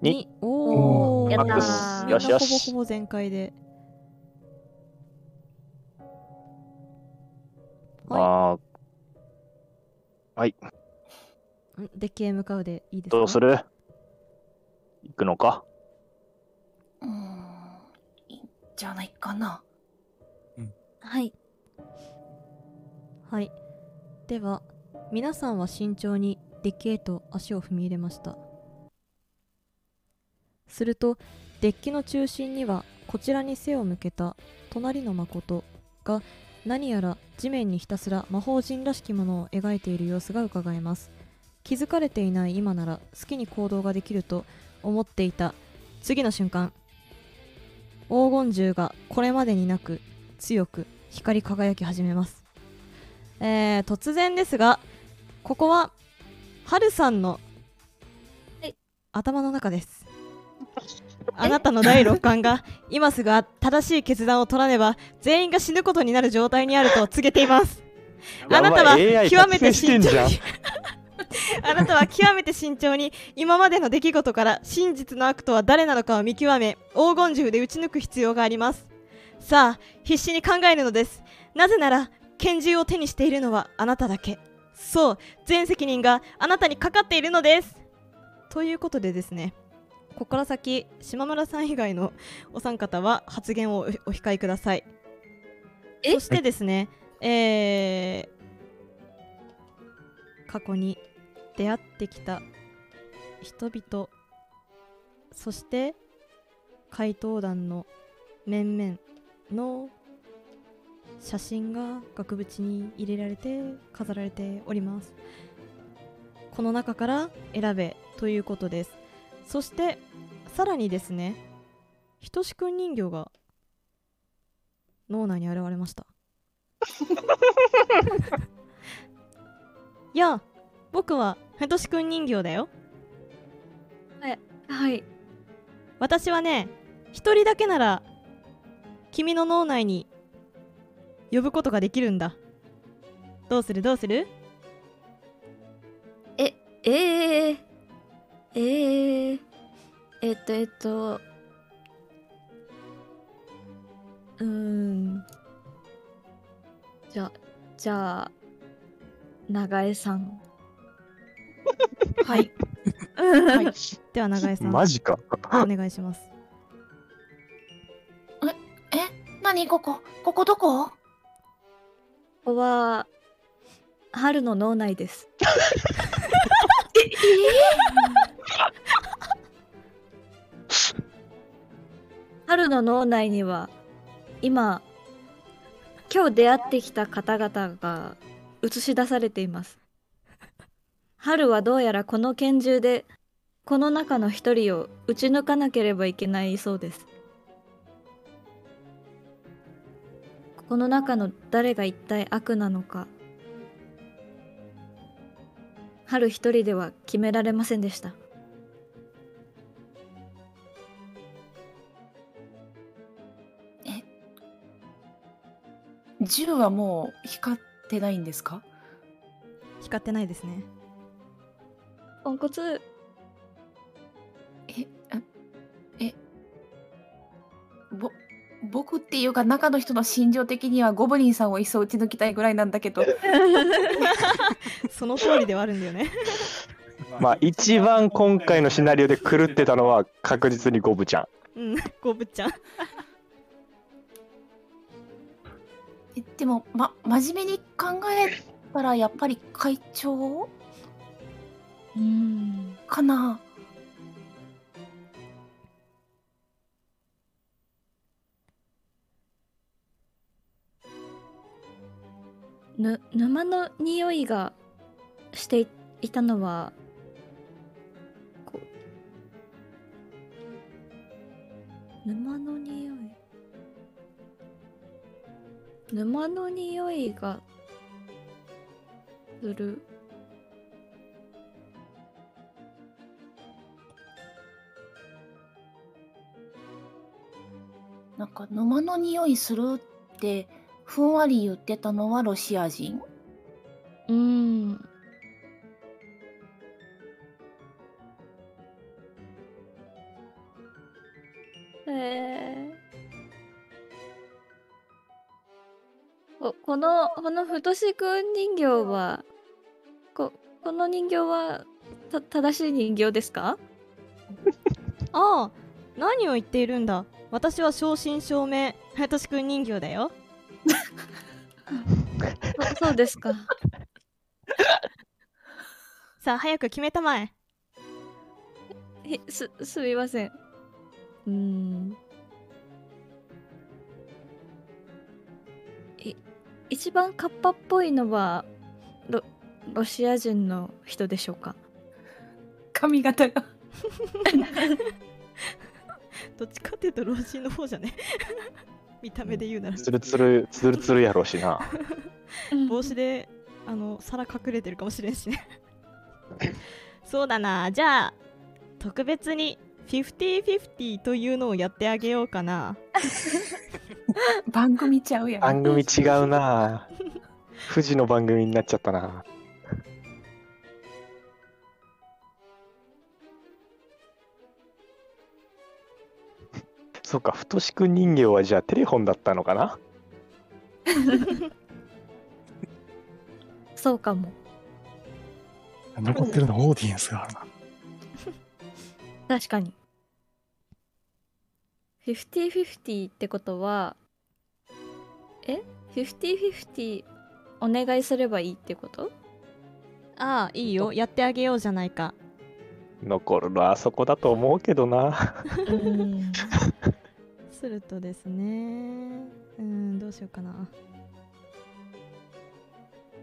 Speaker 5: に
Speaker 2: におお
Speaker 4: やったー
Speaker 2: みんな
Speaker 5: よしよし
Speaker 2: ほぼほぼ全開ではい
Speaker 5: まあ
Speaker 2: んデッキへ向かうでいいですか
Speaker 5: どうする行くのか
Speaker 1: うーんいいんじゃないかな
Speaker 4: はい
Speaker 2: はいでは皆さんは慎重にデッキへと足を踏み入れましたするとデッキの中心にはこちらに背を向けた隣の誠が何やら地面にひたすら魔法人らしきものを描いている様子がうかがえます気づかれていない今なら好きに行動ができると思っていた次の瞬間黄金銃がこれまでになく強く光り輝き始めますえー突然ですがここははるさんの
Speaker 4: はい
Speaker 2: 頭の中ですあなたの第六感が今すぐ正しい決断を取らねば全員が死ぬことになる状態にあると告げていますあなたは極めて慎重に (laughs) あなたは極めて慎重に今までの出来事から真実の悪とは誰なのかを見極め黄金銃で撃ち抜く必要がありますさあ必死に考えるのですなぜなら拳銃を手にしているのはあなただけそう全責任があなたにかかっているのですということでですねここから先島村さん以外のお三方は発言をおお控えください
Speaker 4: え
Speaker 2: そしてですね、えー過去に出会ってきた人々そして回答団の面々の写真が額縁に入れられて飾られておりますこの中から選べということですそしてさらにですねひとしくん人形が脳内に現れましたいや僕はひとしくん人形だよ
Speaker 4: はい
Speaker 2: 私はね一人だけなら君の脳内に呼ぶことができるんだどうするどうする
Speaker 4: えええええっとえっと
Speaker 2: うーん
Speaker 8: じゃ、じゃあ、長江さん。
Speaker 2: はい (laughs)
Speaker 8: は
Speaker 2: はいでは永江さ
Speaker 5: (laughs)
Speaker 2: ん
Speaker 6: マジか。
Speaker 2: お願いします
Speaker 1: 何ここここどこ
Speaker 8: ここは、春の脳内です。春の脳内には、今、今日出会ってきた方々が映し出されています。春はどうやらこの拳銃で、この中の一人を撃ち抜かなければいけないそうです。この中の誰が一体悪なのか春一人では決められませんでした
Speaker 1: 銃はもう光ってないんですか
Speaker 2: 光ってないです
Speaker 6: (laughs)
Speaker 2: ね
Speaker 8: ポンコツ
Speaker 1: えあえぼ僕っていうか中の人の心情的にはゴブリンさんをいっそ打ち抜きたいぐらいなんだけど
Speaker 2: その通りではあるんだよね
Speaker 5: まあ一番今回のシナリオで狂ってたのは確実にゴブちゃん。
Speaker 2: うんゴブちゃん
Speaker 1: えでも、ま、真面目に考えたらやっぱり会長
Speaker 8: うん
Speaker 1: かな
Speaker 8: ぬ沼の匂いがしていたのはこう沼の匂い沼の匂いがする
Speaker 1: なんか沼の匂いするってふんわり言ってたのはロシア人
Speaker 8: うんえー、ここのこのふとしくん人形はここの人形はた正しい人形ですか
Speaker 2: ああ何を言っているんだ私は正真正銘はとしくん人形だよ
Speaker 8: (laughs) そそうですか
Speaker 2: さあ早く決めたまえ
Speaker 8: えすすみませんうんい一番カッパっぽいのはロロシア人の人でしょうか
Speaker 1: 髪型が
Speaker 2: どっちかっていうと老人の方じゃね (laughs) 見た目で言うなら
Speaker 6: つるつる、つるつるやろうしな。
Speaker 2: (laughs) 帽子であの皿隠れてるかもしれんしねそうだなじゃあ特別に50-50というのをやってあげようかな
Speaker 1: (laughs) 番組ちゃうやん。
Speaker 6: 番組違うな富士の番組になっちゃったな
Speaker 5: (laughs) そうか、ふとしくん人形はじゃあテレフォンだったのかな
Speaker 8: そうかも
Speaker 3: 残ってるのはオーディエンスがあるな。
Speaker 8: 確かに50-50ってことはえ50-50お願いすればいいってこと
Speaker 2: ああいいよやってあげようじゃないか
Speaker 5: 残るのはあそこだと思うけどな。
Speaker 8: うん
Speaker 2: するとですねうーんどうしようかな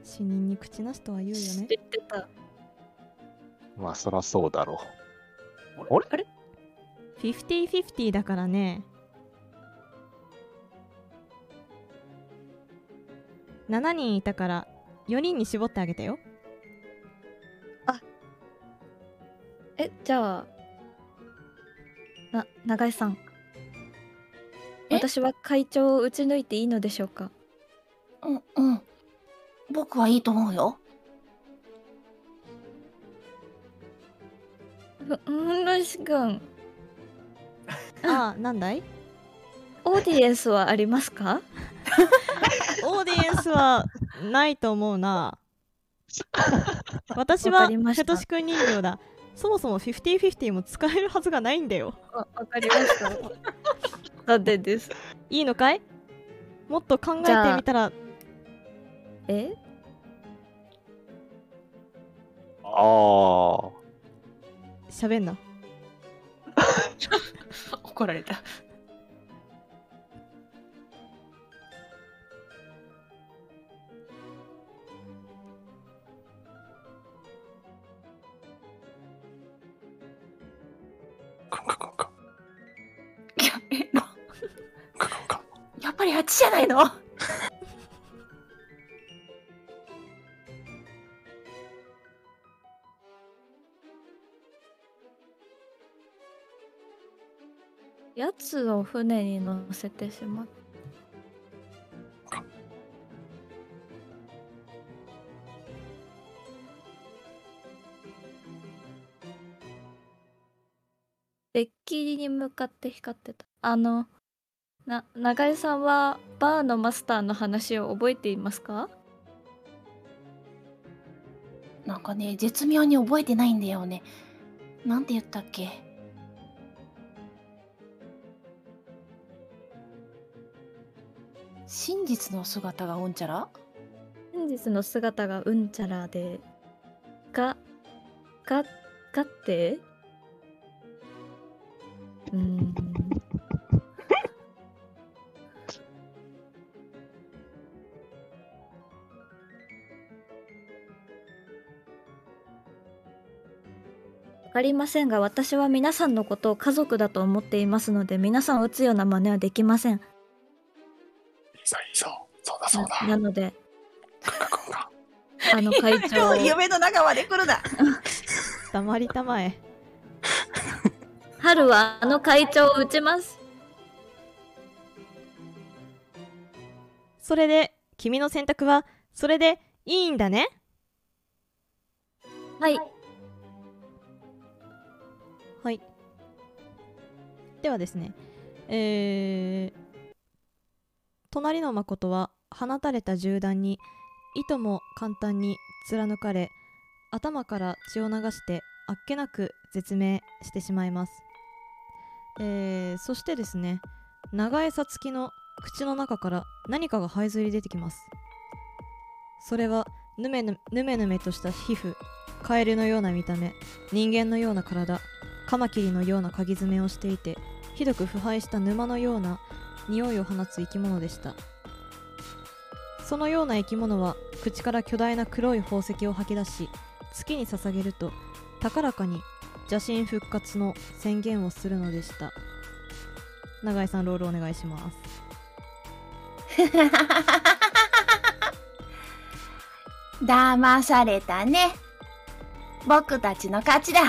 Speaker 2: 死人に口なしとは言うよね
Speaker 8: (laughs) 知ってた
Speaker 6: まあそらそうだろ
Speaker 8: あれ
Speaker 2: 50-50だからね7人いたから4人に絞ってあげてよ
Speaker 8: えじゃあな永井さん
Speaker 1: え
Speaker 8: 私は会長を打ち抜いていいのでしょうか
Speaker 1: うんうん。僕はいいと思うよ。
Speaker 8: ううんロシ君
Speaker 2: ああなんだい
Speaker 8: オーディエンスはありますか
Speaker 2: オーディエンスはないと思うな私
Speaker 8: わ
Speaker 2: は
Speaker 8: かりました
Speaker 2: ふとしくん人形だそもそも50-50も使えるはずがないんだよ
Speaker 8: わわかりました (laughs) なんでです
Speaker 2: いいのかいもっと考え
Speaker 8: じゃ
Speaker 2: て
Speaker 8: あ
Speaker 2: みたら
Speaker 8: え
Speaker 5: ああ。
Speaker 2: 喋んな
Speaker 1: 怒られた。
Speaker 3: カンカンカンカン
Speaker 1: いや、え、ろ
Speaker 3: カンカンカン
Speaker 1: やっぱりあっちじゃないの
Speaker 8: やつを船に乗せてしまっデッキに向かって光ってたあのな永井さんはバーのマスターの話を覚えていますか
Speaker 1: なんかね、絶妙に覚えてないんだよね。なんて言ったっけ真実の姿がおんちゃら
Speaker 8: 真実の姿がうんちゃらでがががってうーんわかりませんが私は皆さんのことを家族だと思っていますので皆さんを打つような真似はできません
Speaker 3: いいぞいいぞ。そうだそうだ。
Speaker 8: ななので
Speaker 3: カンカンカンカン
Speaker 8: あの会長
Speaker 2: (laughs)
Speaker 8: を
Speaker 1: の中まで来るな
Speaker 2: 黙りたまえ
Speaker 8: 春はあの会長を打ちます
Speaker 2: それで君の選択はそれでいいんだね
Speaker 8: はい
Speaker 2: はいではですねえー、隣の誠は放たれた銃弾にいとも簡単に貫かれ頭から血を流してあっけなく絶命してしまいますえー、そしてですね長江さつきの口の中から何かが這いずり出てきますそれはぬめぬぬめぬめとした皮膚カエルのような見た目人間のような体カマキリのような鍵爪をしていてひどく腐敗した沼のような匂いを放つ生き物でしたそのような生き物は口から巨大な黒い宝石を吐き出し月に捧げると高らかに邪神復活の宣言をするのでした永井さんロールお願いします
Speaker 1: (laughs)
Speaker 7: 騙されたね
Speaker 1: 僕たちの勝ちだ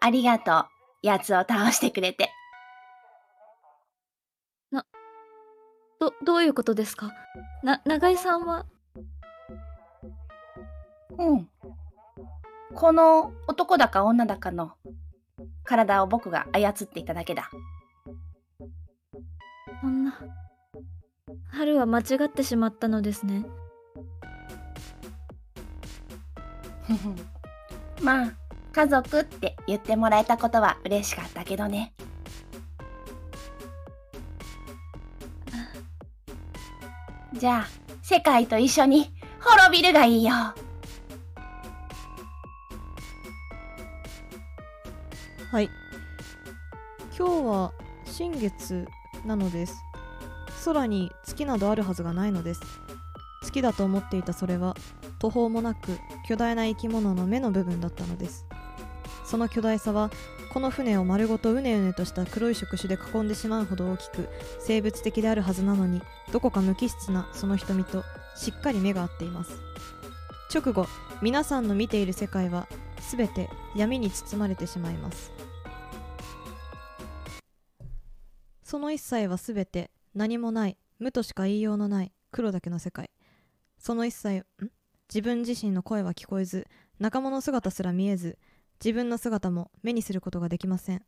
Speaker 1: ありがとう、やつを倒してくれて。
Speaker 4: ど、どういうことですかな、長井さんは、
Speaker 1: うん。この男だか女だかの体を僕が操っていただけだ。
Speaker 4: そんな。春は間違ってしまったのですね。
Speaker 1: (laughs) まあ、家族って言ってもらえたことは嬉しかったけどね。じゃあ、世界と一緒に滅びるがいいよ。
Speaker 2: はい今日は新月なのです空に月などあるはずがないのです月だと思っていたそれは途方もなく巨大な生き物の目の部分だったのですその巨大さはこの船を丸ごとうねうねとした黒い触手で囲んでしまうほど大きく生物的であるはずなのにどこか無機質なその瞳としっかり目が合っています直後皆さんの見ている世界は全て闇に包まれてしまいますその一切は全て何もない無としか言いようのない黒だけの世界その一切ん自分自身の声は聞こえず仲間の姿すら見えず自分の姿も目にすることができません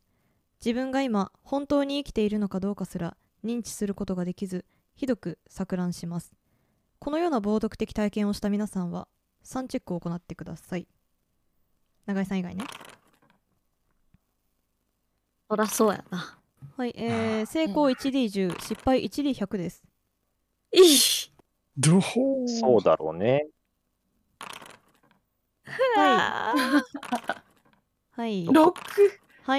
Speaker 2: 自分が今本当に生きているのかどうかすら認知することができずひどく錯乱しますこのような暴読的体験をした皆さんはサンチェックを行ってください永井さん以外ね
Speaker 8: そらそうやな。
Speaker 2: はい、えー、成功 1D10 失敗 1D100 です
Speaker 8: いい
Speaker 3: ドホー
Speaker 5: そうだろうね。
Speaker 2: は
Speaker 8: あー
Speaker 2: いはい
Speaker 1: 6!
Speaker 2: は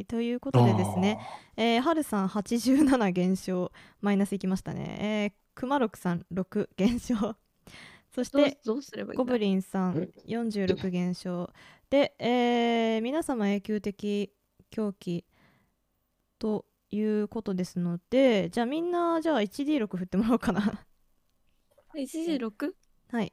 Speaker 2: いということでですね。えー、はるさん87減少マイナスいきましたねえー、くまろくさん6減少 (laughs) そし
Speaker 8: どう
Speaker 2: て
Speaker 8: どうすればいい
Speaker 2: ゴ
Speaker 8: んだ
Speaker 2: ブリンさん46減少で、えー皆様永久的狂気ということですのでじゃあみんなじゃあ 1D6 振ってもらおうかな
Speaker 8: 1G6?
Speaker 2: はい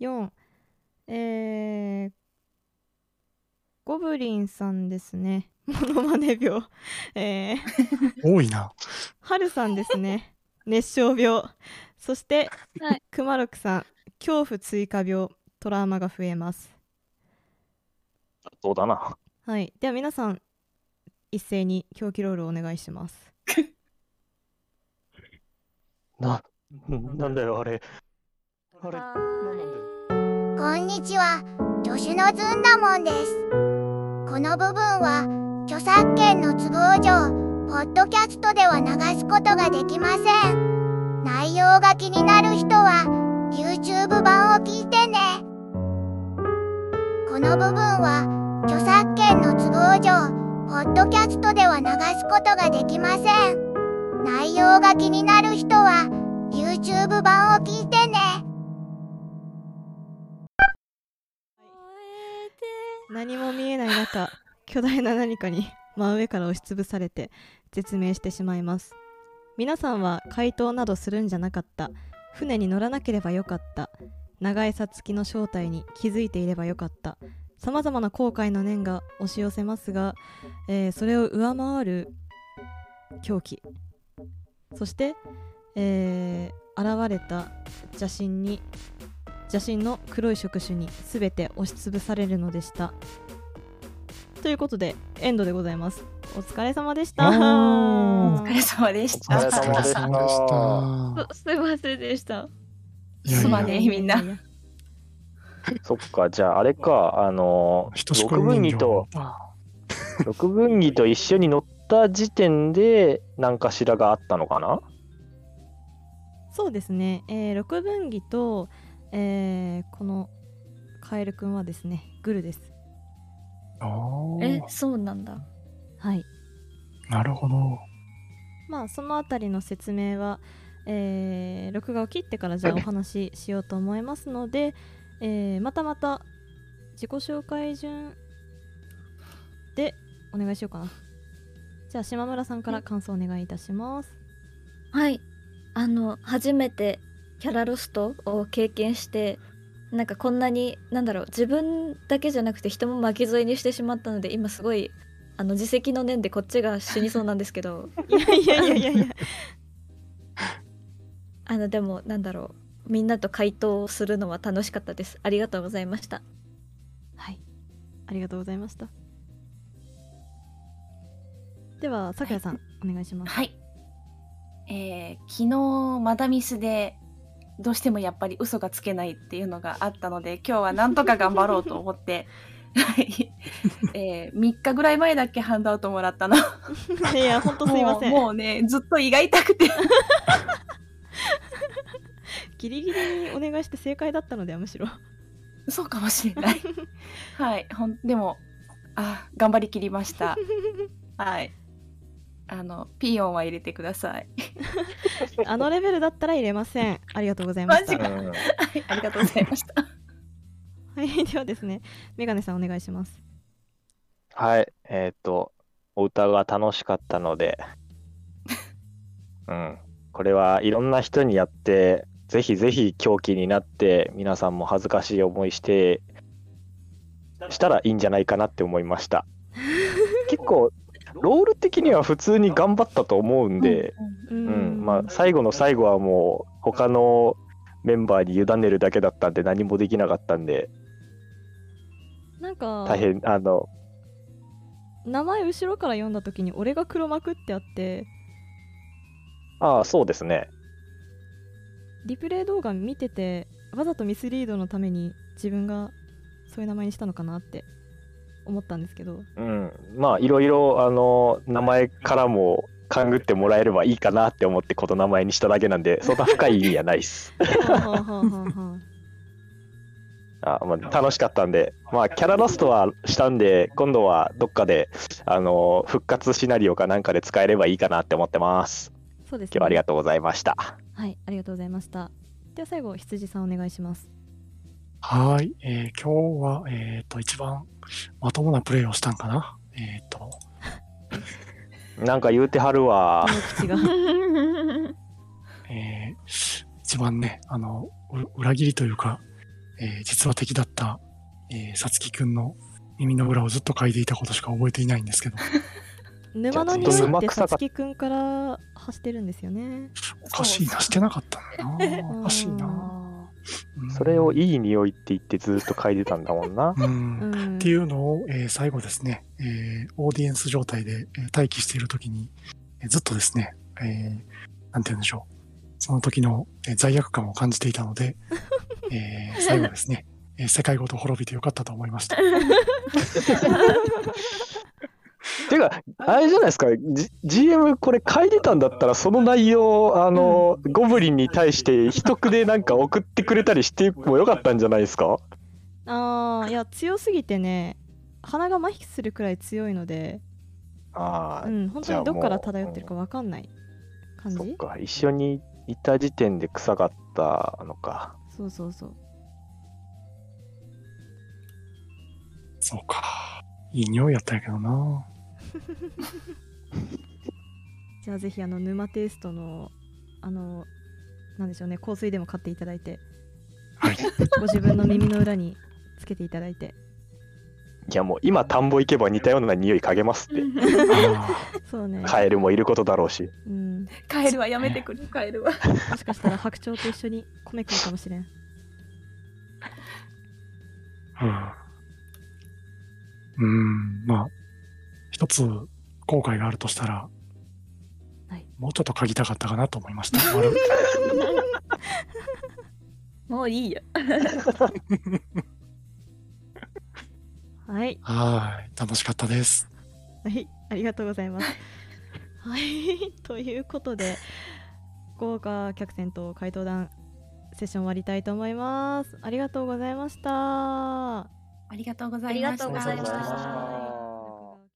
Speaker 2: 34えー、ゴブリンさんですね (laughs) モノマネ病えー
Speaker 3: 多いな。
Speaker 2: はるさんです
Speaker 8: (laughs)
Speaker 2: ね熱傷病そして、
Speaker 8: はい
Speaker 2: くまろくさん恐怖追加病トラウマが増えます
Speaker 5: そうだな。
Speaker 2: はいでは皆さん一斉に狂気ロールをお願いします
Speaker 6: な、なんだよ、あれ。あれ、なんだよ。
Speaker 7: こんにちは、助手のずんだもんです。この部分は、著作権の都合上、ポッドキャストでは流すことができません。内容が気になる人は、YouTube 版を聞いてね。この部分は、著作権の都合上、ポッドキャストでは流すことができません。内容が気になる人は、YouTube 版を聞いてね。
Speaker 2: 何も見えない中巨大な何かに真上から押しつぶされて絶命してしまいます皆さんは回答などするんじゃなかった船に乗らなければよかった長いさつきの正体に気づいていればよかったさまざまな後悔の念が押し寄せますが、えーそれを上回る狂気そして、えー現れた邪神に邪神の黒い触手に全て押しつぶされるのでしたということでエンドでございますお疲れ様でした
Speaker 3: おー
Speaker 1: お疲れ様でし
Speaker 5: お
Speaker 1: た
Speaker 5: 疲。れ様でした
Speaker 3: お
Speaker 8: すすいませんでした。
Speaker 3: 疲れ様でした
Speaker 1: すまねえ、みんな。
Speaker 5: そっか、じゃああれか、あの
Speaker 3: ひとしこ
Speaker 5: 六
Speaker 3: 人
Speaker 5: 分儀
Speaker 3: 形
Speaker 5: と、六分儀と一緒に乗った時点で、何かしらがあったのかな
Speaker 2: そうですね、えー、六分儀と、えーこのカエルくんはですねグルです
Speaker 3: お
Speaker 8: え
Speaker 3: ー、
Speaker 8: そうなんだ。
Speaker 2: はい
Speaker 3: なるほど。
Speaker 2: まあそのあたりの説明は、えー録画を切ってからじゃあお話ししようと思いますので、えーまたまた自己紹介順でお願いしようかなじゃあ島村さんから感想お願いいたします
Speaker 8: はいあの初めてキャラロストを経験してなんかこんなになんだろう自分だけじゃなくて人も巻き添えにしてしまったので今すごいあの自責の念でこっちが死にそうなんですけど
Speaker 2: いやいやいやいやいや
Speaker 8: あのでもなんだろうみんなと回答するのは楽しかったですありがとうございました
Speaker 2: はいありがとうございましたではさくらさん、お願いします
Speaker 1: はい。えー昨日マダミスでどうしてもやっぱり嘘がつけないっていうのがあったので今日はなんとか頑張ろうと思って、はいえ3日ぐらい前だっけハンドアウトもらったの
Speaker 2: (laughs) いや本当すいません
Speaker 1: もうもうねずっと胃が痛くて
Speaker 2: ギリギリにお願いして正解だったのではむしろ
Speaker 1: そうかもしれない (laughs) はいほんでもあ頑張りきりましたはいあのピーヨンは入れてください
Speaker 2: あのレベルだったら入れませんありがとうございまし
Speaker 1: マジか
Speaker 2: た
Speaker 5: うん
Speaker 1: はいありがとうございました
Speaker 2: はいではですねメガネさんお願いします
Speaker 5: はい、えっと、お歌が楽しかったので、うん、これはいろんな人にやって、ぜひぜひ狂気になって、皆さんも恥ずかしい思いして、したらいいんじゃないかなって思いました。結構、ロール的には普通に頑張ったと思う
Speaker 1: (laughs)
Speaker 5: んで、
Speaker 2: う
Speaker 5: うんん、まあ、最後の最後はもう、他のメンバーに委ねるだけだったんで、何もできなかったんで、
Speaker 2: なんか
Speaker 5: 大変、あの、
Speaker 2: 名前後ろから読んだ時に俺が黒幕ってあって
Speaker 5: ああ、そうですね。
Speaker 2: リプレイ動画見ててわざとミスリードのために自分がそういう名前にしたのかなって思ったんですけど
Speaker 5: うん、まあいろいろあの名前からも勘ぐってもらえればいいかなって思ってこの名前にしただけなんでそんな深い意味はないっす
Speaker 2: はあはあはあはあはあ
Speaker 5: あ、まあ、楽しかったんでまあキャラロストはしたんで今度はどっかであの復活シナリオかなんかで使えればいいかなって思ってます
Speaker 2: そうですね
Speaker 5: 今日はありがとうございました
Speaker 2: はいありがとうございましたでは最後羊さんお願いします
Speaker 3: はーい、えー今日は、えっ、と、一番まともなプレイをしたんかなえっ、と、
Speaker 5: なんか言うてはるわ
Speaker 2: この口が
Speaker 5: (laughs)
Speaker 3: えー一番ね、あの、う裏切りというか、えー実は敵だった、えーさつきくんの耳の裏をずっと嗅いでいたことしか覚えていないんですけど、
Speaker 2: 沼の
Speaker 5: ち
Speaker 2: 匂い
Speaker 5: ょっと
Speaker 2: っ
Speaker 5: 生
Speaker 2: て
Speaker 5: 臭か
Speaker 2: さ
Speaker 5: った
Speaker 2: つきくんから発してるんですよね
Speaker 3: おかしいな、してなかったんだよな。おかしいな。うん
Speaker 5: それをいい匂いって言ってずっと嗅いでたんだもんな
Speaker 3: うん
Speaker 2: うん
Speaker 3: っていうのを、えー最後ですね、えーオーディエンス状態で、えー待機しているときに、えーずっとですね、えーなんて言うんでしょう、その時の、えー罪悪感を感じていたので、えー最後ですね、えー世界ごと滅びてよかったと思いました。
Speaker 5: ていうか、あれじゃないですか、G、GM これ書いてたんだったら、その内容を、あの、ゴブリンに対して、秘匿でなんか送ってくれたりしてもよかったんじゃないですか
Speaker 2: あーいや強すぎてね鼻が麻痺するくらい強いので、
Speaker 5: あ
Speaker 2: う
Speaker 5: あ、
Speaker 2: ん、本当にどっから漂ってるかわかんない感じ
Speaker 5: そっか、一緒にいた時点で臭かったのか。
Speaker 2: そうそうそう
Speaker 3: そうか。いい匂いやったんやけどな。
Speaker 2: じゃあぜひあの沼テイストのあのなんでしょうね香水でも買っていただいて
Speaker 3: はい。
Speaker 2: ご自分の耳の裏につけていただいて
Speaker 5: いや、もう今、田んぼ行けば似たような匂い嗅げますって。
Speaker 3: あ
Speaker 2: そうね、
Speaker 5: カエルもいることだろうし。
Speaker 2: うん、も
Speaker 1: カエルはやめてくれカエルは
Speaker 2: しかしたら白鳥と一緒に米食うかもしれん
Speaker 3: ーうん、まあ、一つ後悔があるとしたら、
Speaker 2: はい
Speaker 3: もうちょっと嗅ぎたかったかなと思いました。終わる
Speaker 8: (laughs) もういいよ
Speaker 2: はい
Speaker 3: はい、楽しかったです。
Speaker 2: はい、ありがとうございます。はい、ということで、豪華客船と回答団セッション終わりたいと思います。ありがとうございました。
Speaker 1: ありがとうござ
Speaker 8: あ
Speaker 1: い
Speaker 8: り
Speaker 1: ま
Speaker 8: が
Speaker 1: した
Speaker 8: とうございま
Speaker 5: ありがとうございま
Speaker 8: し
Speaker 5: した
Speaker 8: た